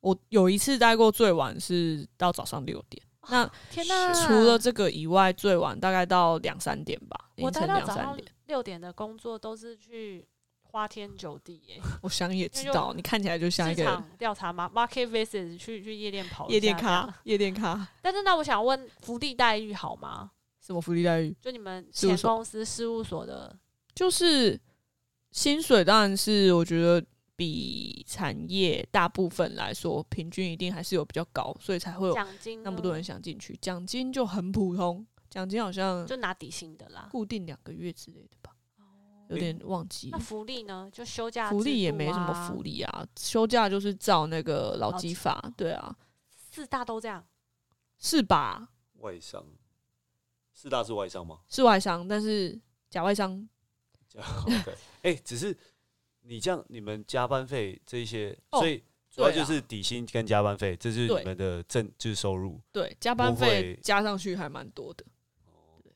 [SPEAKER 3] 我有一次待过最晚是到早上六点，
[SPEAKER 2] 哦
[SPEAKER 3] 那
[SPEAKER 2] 天哪！
[SPEAKER 3] 除了这个以外，最晚大概到两三点吧，
[SPEAKER 2] 我
[SPEAKER 3] 凌
[SPEAKER 2] 待
[SPEAKER 3] 晨
[SPEAKER 2] 到
[SPEAKER 3] 两
[SPEAKER 2] 早
[SPEAKER 3] 三
[SPEAKER 2] 上
[SPEAKER 3] 点。
[SPEAKER 2] 六点的工作，都是去花天酒地 耶，
[SPEAKER 3] 我想也知
[SPEAKER 2] 因为
[SPEAKER 3] 道，你看起来就像一
[SPEAKER 2] 市
[SPEAKER 3] 个
[SPEAKER 2] 场调查嘛，market visit 去去夜店跑一下
[SPEAKER 3] 夜店
[SPEAKER 2] 这样
[SPEAKER 3] 咖。，夜店咖，
[SPEAKER 2] 但是那我想问，福利待遇好吗？
[SPEAKER 3] 什么福利待遇？
[SPEAKER 2] 就你们
[SPEAKER 3] 事务
[SPEAKER 2] 前
[SPEAKER 3] 所
[SPEAKER 2] 公司事务所的，
[SPEAKER 3] 就是薪水当然是我觉得比产业大部分来说，平均一定还是有比较高，所以才会有
[SPEAKER 2] 奖金啊呢
[SPEAKER 3] 那么多人想进去。奖金就很普通，奖金好像
[SPEAKER 2] 就拿底薪的啦。
[SPEAKER 3] 固定两个月之类的吧，有点忘记
[SPEAKER 2] 那。福利呢？就休假、
[SPEAKER 3] 福利也没什么福，利啊，休假就是照那个劳基法，对啊，
[SPEAKER 2] 四大都这样。
[SPEAKER 3] 是吧？
[SPEAKER 1] 外商，四大是外商 吗？
[SPEAKER 3] 是外商，但是假外商
[SPEAKER 1] 这样 OK，哎、只是你这样，你们加班费这一些，
[SPEAKER 3] 哦
[SPEAKER 1] 所以主要
[SPEAKER 3] 对
[SPEAKER 1] 就
[SPEAKER 3] 啊
[SPEAKER 1] 是底薪跟加班费，这就是
[SPEAKER 3] 对
[SPEAKER 1] 你们的正就是收入，
[SPEAKER 3] 对加班费
[SPEAKER 1] 不会
[SPEAKER 3] 加上去还蛮多的，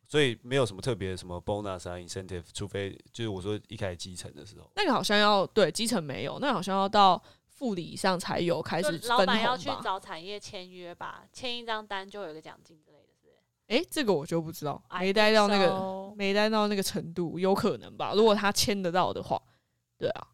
[SPEAKER 1] 所以没有什么特别的什么 bonus 啊 incentive，除非就是我说一开始基层的时候，
[SPEAKER 3] 那个好像要对基层没有，那个好像要到副理以上才有开
[SPEAKER 2] 就
[SPEAKER 3] 始分
[SPEAKER 2] 老
[SPEAKER 3] 红
[SPEAKER 2] 板要去
[SPEAKER 3] 吧？
[SPEAKER 2] 找产业签约吧，签一张单就有一个奖金之类的，是不是？
[SPEAKER 3] 诶，这个我就不知道，
[SPEAKER 2] I
[SPEAKER 3] 没待到那个
[SPEAKER 2] So，
[SPEAKER 3] 没待到那个程度，有可能吧？如果他签得到的话，对啊，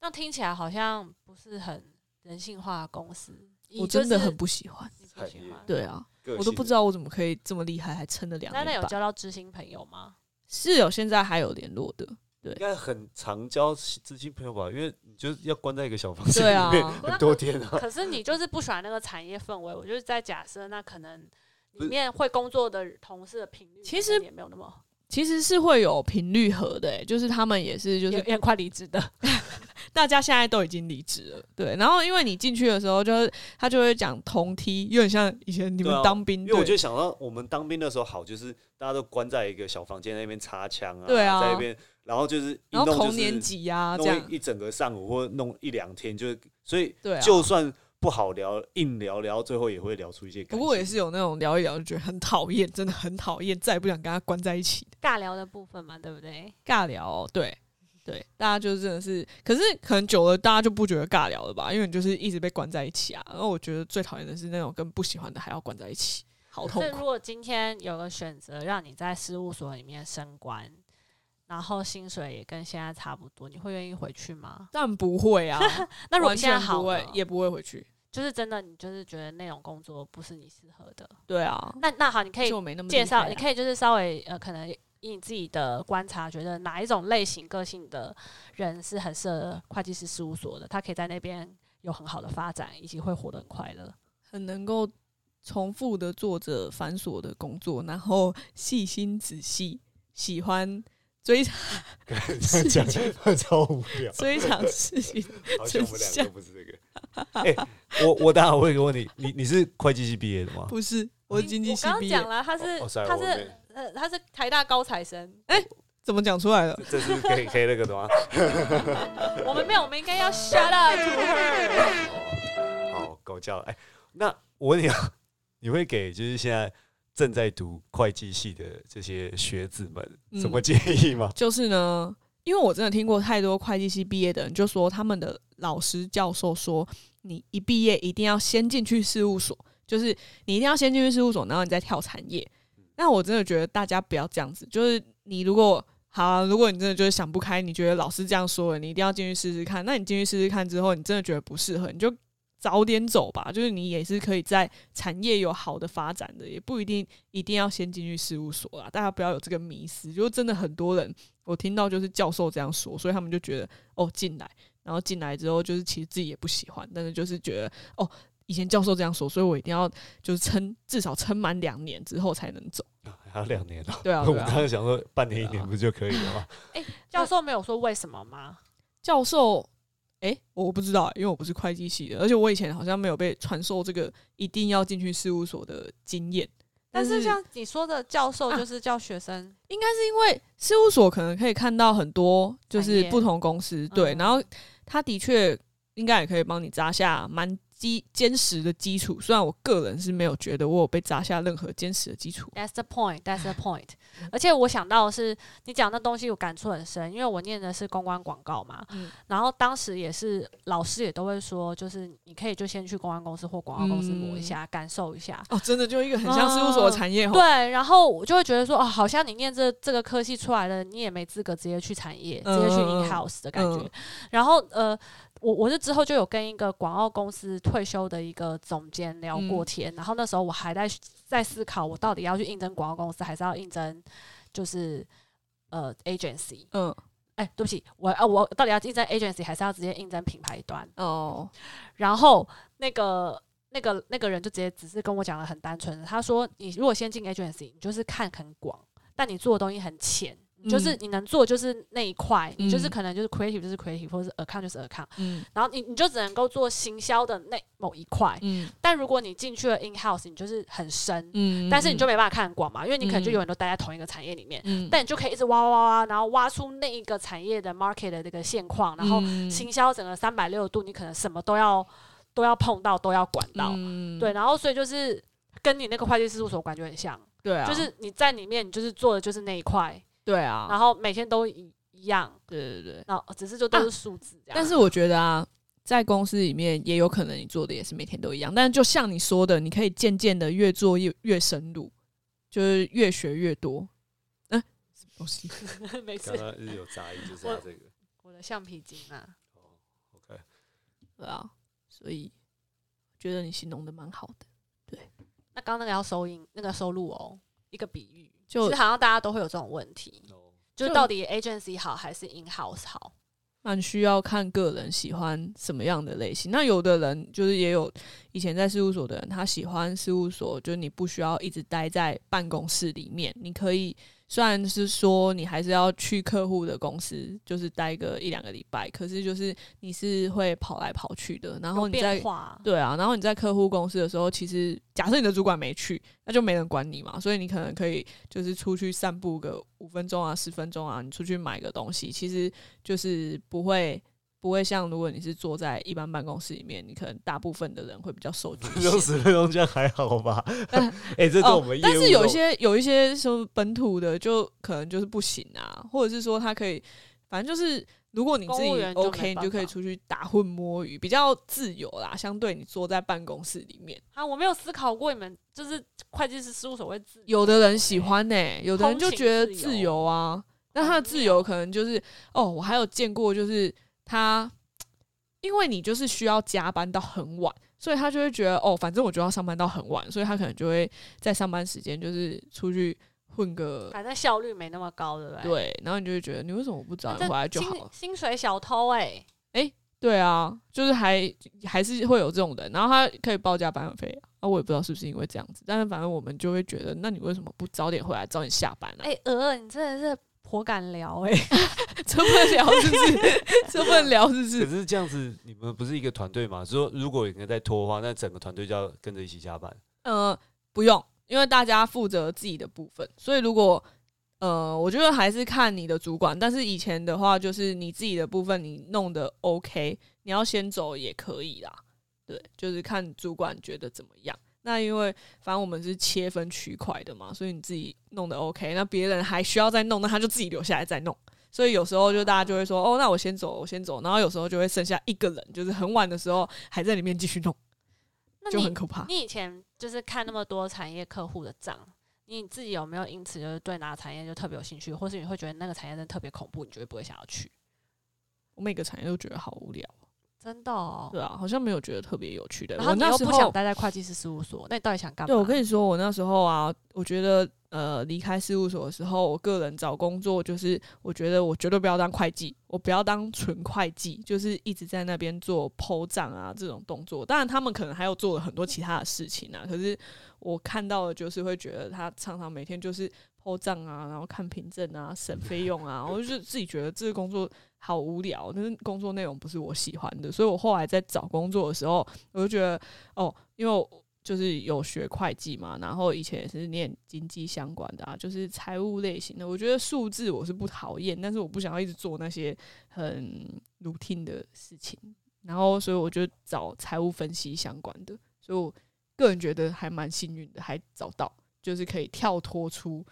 [SPEAKER 2] 那听起来好像不是很人性化的公司，
[SPEAKER 3] 我真的很不喜欢。
[SPEAKER 2] 你不喜欢。
[SPEAKER 3] 对啊，
[SPEAKER 1] 个
[SPEAKER 3] 我都
[SPEAKER 1] 性
[SPEAKER 3] 不知道我怎么可以这么厉害，还撑了两
[SPEAKER 2] 那那
[SPEAKER 3] 年
[SPEAKER 2] 有
[SPEAKER 3] 半。
[SPEAKER 2] 交到知心朋友吗？
[SPEAKER 3] 室友现在还有联络的，
[SPEAKER 1] 应该很常交知心朋友吧，因为你就是要关在一个小房间
[SPEAKER 3] 对
[SPEAKER 1] 里
[SPEAKER 3] 啊
[SPEAKER 1] 面很多天啊。
[SPEAKER 2] 可是你就是不喜欢那个产业氛围，我就是在假设，那可能里面会工作的同事的频率，
[SPEAKER 3] 其实
[SPEAKER 2] 也没有那么，
[SPEAKER 3] 其实是会有频率合的、欸，就是他们也是就
[SPEAKER 2] 也
[SPEAKER 3] 是
[SPEAKER 2] 也快离职的。
[SPEAKER 3] 大家现在都已经离职了，对。然后因为你进去的时候，就是他就会讲同梯，有点像以前你
[SPEAKER 1] 对
[SPEAKER 3] 们
[SPEAKER 1] 啊
[SPEAKER 3] 当兵
[SPEAKER 1] 因为我
[SPEAKER 3] 队
[SPEAKER 1] 就想到我们当兵的时候好，就是大家都关在一个小房间那边擦枪啊，
[SPEAKER 3] 对啊
[SPEAKER 1] 在那边，然后就是一弄
[SPEAKER 3] 然后
[SPEAKER 1] 就
[SPEAKER 3] 同
[SPEAKER 1] 是
[SPEAKER 3] 年级啊这
[SPEAKER 1] 弄
[SPEAKER 3] 样，
[SPEAKER 1] 一一整个上午或弄一两天，就是所以
[SPEAKER 3] 对啊。
[SPEAKER 1] 就算不好聊，硬聊聊，最后也会聊出一些感
[SPEAKER 3] 不
[SPEAKER 1] 情。
[SPEAKER 3] 过 也是有那种聊一聊就觉得很讨厌，真的很讨厌，再也不想跟他关在一起的
[SPEAKER 2] 尬聊的部分嘛，对不对？
[SPEAKER 3] 尬聊哦、对对，大家就真的是，可是可能久了大家就不觉得尬聊了吧，因为你就是一直被关在一起啊。然后我觉得最讨厌的是那种跟不喜欢的还要关在一起，好痛
[SPEAKER 2] 所以
[SPEAKER 3] 苦
[SPEAKER 2] 如。果今天有个选择，让你在事务所里面升官，然后薪水也跟现在差不多，你会愿意回去吗？
[SPEAKER 3] 但不会啊，
[SPEAKER 2] 那如果
[SPEAKER 3] 完
[SPEAKER 2] 现在
[SPEAKER 3] 全
[SPEAKER 2] 好
[SPEAKER 3] 不会
[SPEAKER 2] 呢，
[SPEAKER 3] 也不会回去。
[SPEAKER 2] 就是真的，你就是觉得那种工作不是你适合的。
[SPEAKER 3] 对啊，
[SPEAKER 2] 那那好，你可以
[SPEAKER 3] 就没那么啊
[SPEAKER 2] 介绍，你
[SPEAKER 3] 以
[SPEAKER 2] 可以就是稍微呃，可能以你自己的观察，觉得哪一种类型个性的人是很适合会计师事务所的，他可以在那边有很好的发展，以及会活得很快乐。
[SPEAKER 3] 很能够重复的做着繁琐的工作，然后细心仔细，喜欢追 查，
[SPEAKER 1] 讲讲超无聊
[SPEAKER 3] 追查事情。
[SPEAKER 1] 好像我们两个都不是这个。哎、我我当然会问你，你你是会计系毕业的吗？
[SPEAKER 3] 不是，我是经济
[SPEAKER 2] 我
[SPEAKER 3] 系
[SPEAKER 2] 刚
[SPEAKER 3] 毕
[SPEAKER 2] 刚
[SPEAKER 3] 业
[SPEAKER 2] 讲，了，他是、
[SPEAKER 1] 哦哦，sorry，
[SPEAKER 2] 他
[SPEAKER 1] 我
[SPEAKER 2] 是
[SPEAKER 1] 没
[SPEAKER 2] 呃他是台大高材生，
[SPEAKER 3] 怎么讲出来了？
[SPEAKER 1] 这是可以可以那个的吗？
[SPEAKER 2] 呃我们没有，我们应该要 shut up to her。
[SPEAKER 1] 好，狗叫了。哎、那我问你啊，你会给就是现在正在读会计系的这些学子们
[SPEAKER 3] 嗯
[SPEAKER 1] 什么建议吗？
[SPEAKER 3] 就是呢，因为我真的听过太多会计系毕业的人，就说他们的老师教授说，你一毕业一定要先进去事务所，就是你一定要先进去事务所，然后你再跳产业。那我真的觉得大家不要这样子，就是你如果好啊、如果你真的就是想不开，你觉得老师这样说了，你一定要进去试试看。那你进去试试看之后，你真的觉得不适合，你就早点走吧。就是你也是可以在产业有好的发展的，也不一定一定要先进去事务所啦。大家不要有这个迷思，就真的很多人我听到就是教授这样说，所以他们就觉得哦进来，然后进来之后就是其实自己也不喜欢，但是就是觉得哦以前教授这样说，所以我一定要就是撑至少撑满两年之后才能走。
[SPEAKER 1] 还有两年了、哦
[SPEAKER 3] 对啊，
[SPEAKER 1] 我
[SPEAKER 3] 对
[SPEAKER 1] 们刚
[SPEAKER 3] 啊。
[SPEAKER 1] 刚想说半年一年不就可以了吗？
[SPEAKER 2] 教授没有说为什么吗？
[SPEAKER 3] 教授，诶，我不知道，因为我不是会计系的，而且我以前好像没有被传授这个一定要进去事务所的经验。
[SPEAKER 2] 但是
[SPEAKER 3] 是
[SPEAKER 2] 像你说的，教授就是叫学生，
[SPEAKER 3] 应该是因为事务所可能可以看到很多就是不同公司，对，
[SPEAKER 2] 嗯
[SPEAKER 3] 然后他的确应该也可以帮你扎下蛮基坚实的基础。虽然我个人是没有觉得我有被扎下任何坚实的基础，
[SPEAKER 2] That's the point. That's the point. 而且我想到的是，你讲那东西我感触很深，因为我念的是公关广告嘛，
[SPEAKER 3] 嗯
[SPEAKER 2] 然后当时也是老师也都会说，就是你可以就先去公关公司或广告公司磨一下，感受一下。
[SPEAKER 3] 哦，真的就一个很像事务所的产业，哦吼，
[SPEAKER 2] 哦对，然后我就会觉得说，哦，好像你念这这个科系出来的，你也没资格直接去产业，直
[SPEAKER 3] 嗯
[SPEAKER 2] 接去 in house 的感觉。
[SPEAKER 3] 嗯
[SPEAKER 2] 然后呃，我我是之后就有跟一个广告公司退休的一个总监聊过
[SPEAKER 3] 嗯
[SPEAKER 2] 天，然后那时候我还在在思考，我到底要去应征广告公司，还是要应征就是呃 agency。
[SPEAKER 3] 嗯，
[SPEAKER 2] 哎、对不起，我呃我到底要应征 agency，还是要直接应征品牌端？
[SPEAKER 3] 哦，
[SPEAKER 2] 然后那个那个那个人就直接只是跟我讲的很单纯，他说你如果先进 agency，你就是看很广，但你做的东西很浅。你就是
[SPEAKER 3] 嗯
[SPEAKER 2] 你能做就是那一块，你就是
[SPEAKER 3] 嗯
[SPEAKER 2] 可能就是 creative 就是 creative，或者是 account 就是 account，
[SPEAKER 3] 嗯
[SPEAKER 2] 然后你你就只能够做行销的那某一块。
[SPEAKER 3] 嗯
[SPEAKER 2] 但如果你进去了 in house，你就是很深，
[SPEAKER 3] 嗯
[SPEAKER 2] 但是你就没办法看很广嘛，因为你可能就
[SPEAKER 3] 嗯
[SPEAKER 2] 永远都待在同一个产业里面，
[SPEAKER 3] 嗯
[SPEAKER 2] 但你就可以一直挖挖挖挖，然后挖出那一个产业的 market 的这个现况，然后
[SPEAKER 3] 嗯
[SPEAKER 2] 行销整个三百六十度，你可能什么都要都要碰到，都要管到，
[SPEAKER 3] 嗯
[SPEAKER 2] 对，然后所以就是跟你那个会计事务所感觉很像，
[SPEAKER 3] 对啊，
[SPEAKER 2] 就是你在里面，你就是做的就是那一块，
[SPEAKER 3] 对啊，
[SPEAKER 2] 然后每天都一一样，
[SPEAKER 3] 对对对。
[SPEAKER 2] 然后只是就都是数字这样。
[SPEAKER 3] 但是我觉得啊，在公司里面也有可能你做的也是每天都一样，但是就像你说的，你可以渐渐的越做越越深入，就是越学越多。嗯、什么东西？
[SPEAKER 2] 没
[SPEAKER 1] 刚
[SPEAKER 2] 事，
[SPEAKER 1] 刚是有杂音，就是
[SPEAKER 2] 我
[SPEAKER 1] 他这个。
[SPEAKER 2] 我的橡皮筋啊，
[SPEAKER 1] 哦，OK，
[SPEAKER 3] 对啊，所以觉得你形容的蛮好的。
[SPEAKER 2] 那刚刚那个要收音，那个收录哦，一个比喻，
[SPEAKER 3] 就
[SPEAKER 2] 其实好像大家都会有这种问题，
[SPEAKER 1] 哦，
[SPEAKER 2] 就是
[SPEAKER 3] 就
[SPEAKER 2] 到底 agency 好还是 in house 好？
[SPEAKER 3] 蛮需要看个人喜欢什么样的类型。那有的人就是也有以前在事务所的人，他喜欢事务所，就是你不需要一直待在办公室里面，你可以虽然是说你还是要去客户的公司，就是待个一两个礼拜，可是就是你是会跑来跑去的，然后
[SPEAKER 2] 有
[SPEAKER 3] 你在
[SPEAKER 2] 变化，
[SPEAKER 3] 对啊，然后你在客户公司的时候，其实假设你的主管没去，那就没人管你嘛，所以你可能可以就是出去散步个五分钟啊、十分钟啊，你出去买个东西，其实就是不会不会像如果你是坐在一般办公室里面，你可能大部分的人会比较受局 限哦
[SPEAKER 1] 用。十分 钟这样还好吧？哎，这跟我们业务
[SPEAKER 3] 呃但是有一
[SPEAKER 1] 都
[SPEAKER 3] 些有一些什么本土的，就可能就是不行啊，或者是说他可以，反正就是如果你自
[SPEAKER 2] 公务
[SPEAKER 3] 己
[SPEAKER 2] 员就没
[SPEAKER 3] OK，你
[SPEAKER 2] 办
[SPEAKER 3] 就可以
[SPEAKER 2] 法
[SPEAKER 3] 出去打混摸鱼，比较自由啦。相对你坐在办公室里面。
[SPEAKER 2] 啊，我没有思考过你们就是会计师事务所会自
[SPEAKER 3] 有的人喜欢呢、有的人就觉得
[SPEAKER 2] 通勤
[SPEAKER 3] 自
[SPEAKER 2] 自
[SPEAKER 3] 由
[SPEAKER 2] 由
[SPEAKER 3] 啊。那他的自由可能就是哦，我还有见过，就是他，因为你就是需要加班到很晚，所以他就会觉得哦，反正我就要上班到很晚，所以他可能就会在上班时间就是出去混个
[SPEAKER 2] 反正效率没那么高，对不对？
[SPEAKER 3] 对，然后你就会觉得你为什么不早点回来
[SPEAKER 2] 这
[SPEAKER 3] 就好
[SPEAKER 2] 薪
[SPEAKER 3] 了？
[SPEAKER 2] 薪水小偷哎、欸，
[SPEAKER 3] 对啊，就是还还是会有这种人，然后他可以报加班费啊，啊我也不知道是不是因为这样子，但是反正我们就会觉得，那你为什么不早点回来，早点下班啊？
[SPEAKER 2] 哎、鹅儿，你真的是颇敢聊 哎、
[SPEAKER 3] 这么聊是不是？ 这么聊是不
[SPEAKER 1] 可
[SPEAKER 3] 是？
[SPEAKER 1] 是这样子，你们不是一个团队嘛？说如果有人在拖的话，那整个团队就要跟着一起加班。
[SPEAKER 3] 呃，不用，因为大家负责自己的部分，所以如果呃，我觉得还是看你的主管。但是以前的话，就是你自己的部分你弄得 OK，你要先走也可以啦。对，就是看主管觉得怎么样。那因为反正我们是切分区块的嘛，所以你自己弄得 OK，那别人还需要再弄，那他就自己留下来再弄。所以有时候就大家就会说，哦，那我先走，我先走。然后有时候就会剩下一个人，就是很晚的时候还在里面继续弄，
[SPEAKER 2] 那
[SPEAKER 3] 就
[SPEAKER 2] 你
[SPEAKER 3] 很可怕。
[SPEAKER 2] 你以前就是看那么多产业客户的账，你自己有没有因此就是对哪个产业就特别有兴趣，或是你会觉得那个产业真的特别恐怖，你绝对不会想要去？
[SPEAKER 3] 我每个产业都觉得好无聊，
[SPEAKER 2] 真的、哦。
[SPEAKER 3] 对啊，好像没有觉得特别有趣的。
[SPEAKER 2] 然后
[SPEAKER 3] 我
[SPEAKER 2] 你
[SPEAKER 3] 那
[SPEAKER 2] 又
[SPEAKER 3] 时
[SPEAKER 2] 不想
[SPEAKER 3] 候，
[SPEAKER 2] 待在会计师事务所，那你到底想干嘛？
[SPEAKER 3] 对我跟你说，我那时候啊，我觉得呃，离开事务所的时候，我个人找工作就是，我觉得我绝对不要当会计，我不要当纯会计，就是一直在那边做剖账啊这种动作。当然，他们可能还有做了很多其他的事情啊，可是我看到的就是会觉得他常常每天就是剖账啊，然后看凭证啊，审费用啊，我就自己觉得这个工作好无聊，但是工作内容不是我喜欢的，所以我后来在找工作的时候，我就觉得哦，因为我就是有学会计嘛，然后以前也是念经济相关的啊，就是财务类型的。我觉得数字我是不讨厌，但是我不想要一直做那些很 routine 的事情，然后所以我就找财务分析相关的，所以我个人觉得还蛮幸运的，还找到就是可以跳脱出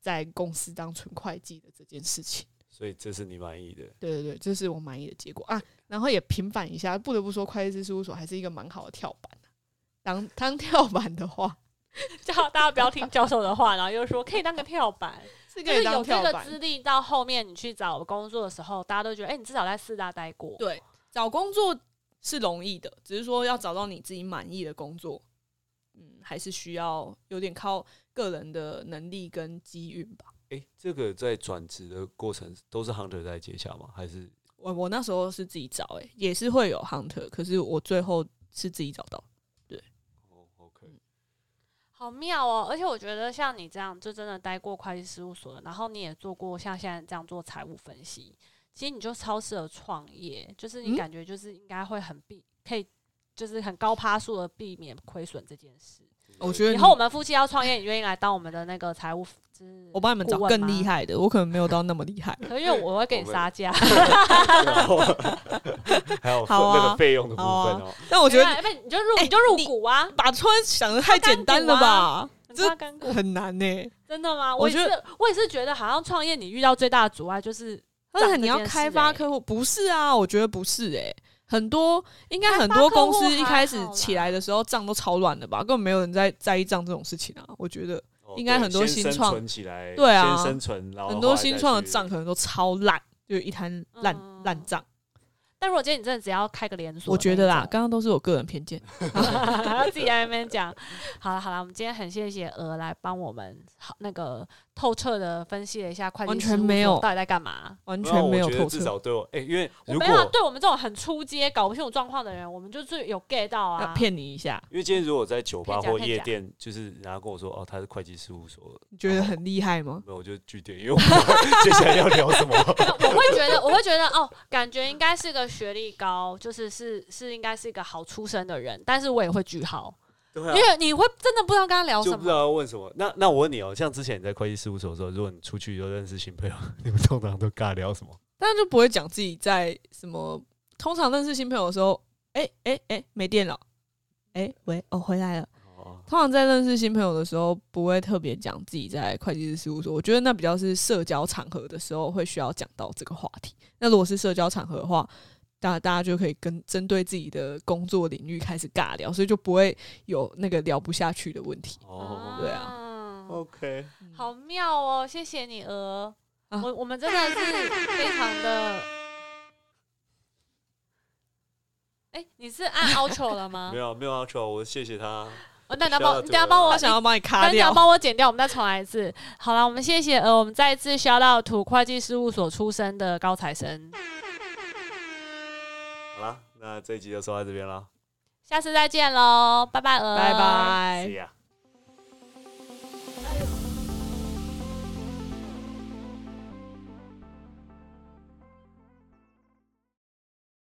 [SPEAKER 3] 在公司当纯会计的这件事情。
[SPEAKER 1] 所以这是你满意的。
[SPEAKER 3] 对对对，这是我满意的结果啊。然后也平反一下，不得不说，会计师事务所还是一个蛮好的跳板、啊、当当跳板的话，
[SPEAKER 2] 叫大家不要听教授的话，然后又说可以当个跳板，
[SPEAKER 3] 是
[SPEAKER 2] 就
[SPEAKER 3] 可
[SPEAKER 2] 是有
[SPEAKER 3] 以当
[SPEAKER 2] 这
[SPEAKER 3] 跳
[SPEAKER 2] 个
[SPEAKER 3] 板。
[SPEAKER 2] 资历，到后面你去找工作的时候，大家都觉得，哎、你至少在四大待过。
[SPEAKER 3] 对，找工作是容易的，只是说要找到你自己满意的工作，嗯，还是需要有点靠个人的能力跟机运吧。
[SPEAKER 1] 哎、这个在转职的过程都是 Hunter 在接洽吗？还是
[SPEAKER 3] 我我那时候是自己找、欸，也是会有 hunter，可是我最后是自己找到。
[SPEAKER 1] 哦，OK，
[SPEAKER 3] 嗯
[SPEAKER 2] 好妙哦！而且我觉得像你这样，就真的待过会计事务所，然后你也做过像现在这样做财务分析，其实你就超适合创业，就是
[SPEAKER 3] 嗯
[SPEAKER 2] 你感觉就是应该会很避，可以就是很高趴数的避免亏损这件事。
[SPEAKER 3] 哦我觉得
[SPEAKER 2] 以后我们夫妻要创业，你愿意来当我们的那个财务？就是
[SPEAKER 3] 我帮你们找
[SPEAKER 2] 顾问吗
[SPEAKER 3] 更厉，害的，我可能没有到那么厉 害。
[SPEAKER 2] 可是因为我会给你杀 价。
[SPEAKER 1] 还有
[SPEAKER 3] 好啊
[SPEAKER 1] 那个费用的部分
[SPEAKER 3] 好啊
[SPEAKER 1] 哦、
[SPEAKER 3] 但 我觉得
[SPEAKER 2] 没办法不，你就入
[SPEAKER 3] 哎
[SPEAKER 2] 你就入
[SPEAKER 3] 你
[SPEAKER 2] 股啊，
[SPEAKER 3] 把突然想的太简单了吧？
[SPEAKER 2] 很
[SPEAKER 3] 这
[SPEAKER 2] 怕干股。
[SPEAKER 3] 很难呢、欸
[SPEAKER 2] 真的吗？
[SPEAKER 3] 我
[SPEAKER 2] 我也
[SPEAKER 3] 觉
[SPEAKER 2] 是，我也是觉得好像创业你遇到最大的阻碍就是
[SPEAKER 3] 而且
[SPEAKER 2] 账
[SPEAKER 3] 你要
[SPEAKER 2] 这件事
[SPEAKER 3] 开发
[SPEAKER 2] 欸
[SPEAKER 3] 客户，不是啊？我觉得不是哎、很多应该很
[SPEAKER 2] 开发
[SPEAKER 3] 多
[SPEAKER 2] 客户
[SPEAKER 3] 公司一开始
[SPEAKER 2] 还好啦
[SPEAKER 3] 起来的时候账都超乱的吧，根本没有人在在意账这种事情啊。我觉得
[SPEAKER 1] 哦
[SPEAKER 3] 应该
[SPEAKER 1] 对
[SPEAKER 3] 很多
[SPEAKER 1] 先
[SPEAKER 3] 新
[SPEAKER 1] 生
[SPEAKER 3] 创
[SPEAKER 1] 存起来，
[SPEAKER 3] 对啊
[SPEAKER 1] 先生存，然后
[SPEAKER 3] 很
[SPEAKER 1] 后
[SPEAKER 3] 多
[SPEAKER 1] 来
[SPEAKER 3] 新
[SPEAKER 1] 再
[SPEAKER 3] 创的
[SPEAKER 1] 去
[SPEAKER 3] 账可能都超烂，就一滩烂
[SPEAKER 2] 嗯
[SPEAKER 3] 烂账。
[SPEAKER 2] 但如果今天你真的只要开个连锁那一种，
[SPEAKER 3] 我觉得啦，刚刚都是我个人偏 见。
[SPEAKER 2] 自己在那边讲。好了好了，我们今天很谢谢鹅来帮我们好那个透彻的分析了一下会计
[SPEAKER 3] 完
[SPEAKER 2] 事
[SPEAKER 3] 全
[SPEAKER 2] 务
[SPEAKER 3] 没
[SPEAKER 2] 所
[SPEAKER 3] 有
[SPEAKER 2] 到底在干嘛。
[SPEAKER 3] 完
[SPEAKER 1] 那
[SPEAKER 3] 全没有
[SPEAKER 1] 我觉得
[SPEAKER 3] 透
[SPEAKER 1] 至
[SPEAKER 3] 彻，
[SPEAKER 1] 少对我，哎、因为
[SPEAKER 2] 我
[SPEAKER 1] 如
[SPEAKER 2] 没
[SPEAKER 1] 果
[SPEAKER 2] 有啊对我们这种很出街、搞不清楚状况的人，我们就是有 get 到
[SPEAKER 3] 要
[SPEAKER 2] 啊。
[SPEAKER 3] 骗你一下，
[SPEAKER 1] 因为今天如果在酒吧
[SPEAKER 2] 骗假
[SPEAKER 1] 或
[SPEAKER 2] 骗
[SPEAKER 1] 夜
[SPEAKER 2] 假
[SPEAKER 1] 店，就是人家跟我说哦他是会计事务所，
[SPEAKER 3] 你觉得很厉害吗？
[SPEAKER 1] 没有我就拒点，因为我不 知道接下来要聊什么。
[SPEAKER 2] 我会觉得，我会觉得哦，感觉应该是个学历高，就是是是应该是一个好出身的人，但是我也会句号，
[SPEAKER 1] 对
[SPEAKER 2] 因
[SPEAKER 1] 啊，
[SPEAKER 2] 为你会真的不知道跟他聊
[SPEAKER 1] 就
[SPEAKER 2] 什
[SPEAKER 1] 不知道
[SPEAKER 2] 么。
[SPEAKER 1] 要问什么。那那我问你哦，像之前你在会计事务所的时候，如果你出去又认识新朋友， 你们通常都尬聊什么？
[SPEAKER 3] 但就不会讲自己在什么。通常认识新朋友的时候，哎哎哎，没电了，哎、喂，哦回来了。
[SPEAKER 1] 哦，
[SPEAKER 3] 通常在认识新朋友的时候，不会特别讲自己在会计师事务所。我觉得那比较是社交场合的时候会需要讲到这个话题。那如果是社交场合的话，大大家就可以跟针对自己的工作领域开始尬聊，所以就不会有那个聊不下去的问题。
[SPEAKER 1] 哦
[SPEAKER 3] 对
[SPEAKER 2] 啊
[SPEAKER 1] ，OK，
[SPEAKER 2] 好妙哦！谢谢你鹅，
[SPEAKER 3] 嗯啊
[SPEAKER 2] 我我们真的是非常 的。哎、你是按 outro 了吗
[SPEAKER 1] 没？有没有要求，我谢谢他。
[SPEAKER 2] 哦，那你要帮，
[SPEAKER 1] shout out
[SPEAKER 2] 你等下帮我，
[SPEAKER 3] 他想要帮你 卡
[SPEAKER 2] 但你要
[SPEAKER 3] 掉，
[SPEAKER 2] 帮我剪掉，我们再重来一次。好了，我们谢谢鹅，我们再一次 shout out to 会计事务所出身的高材生，
[SPEAKER 1] 好啦，那这一集就说到这边啦，
[SPEAKER 2] 下次再见喽，拜拜鹅，
[SPEAKER 3] 拜拜。
[SPEAKER 1] See ya。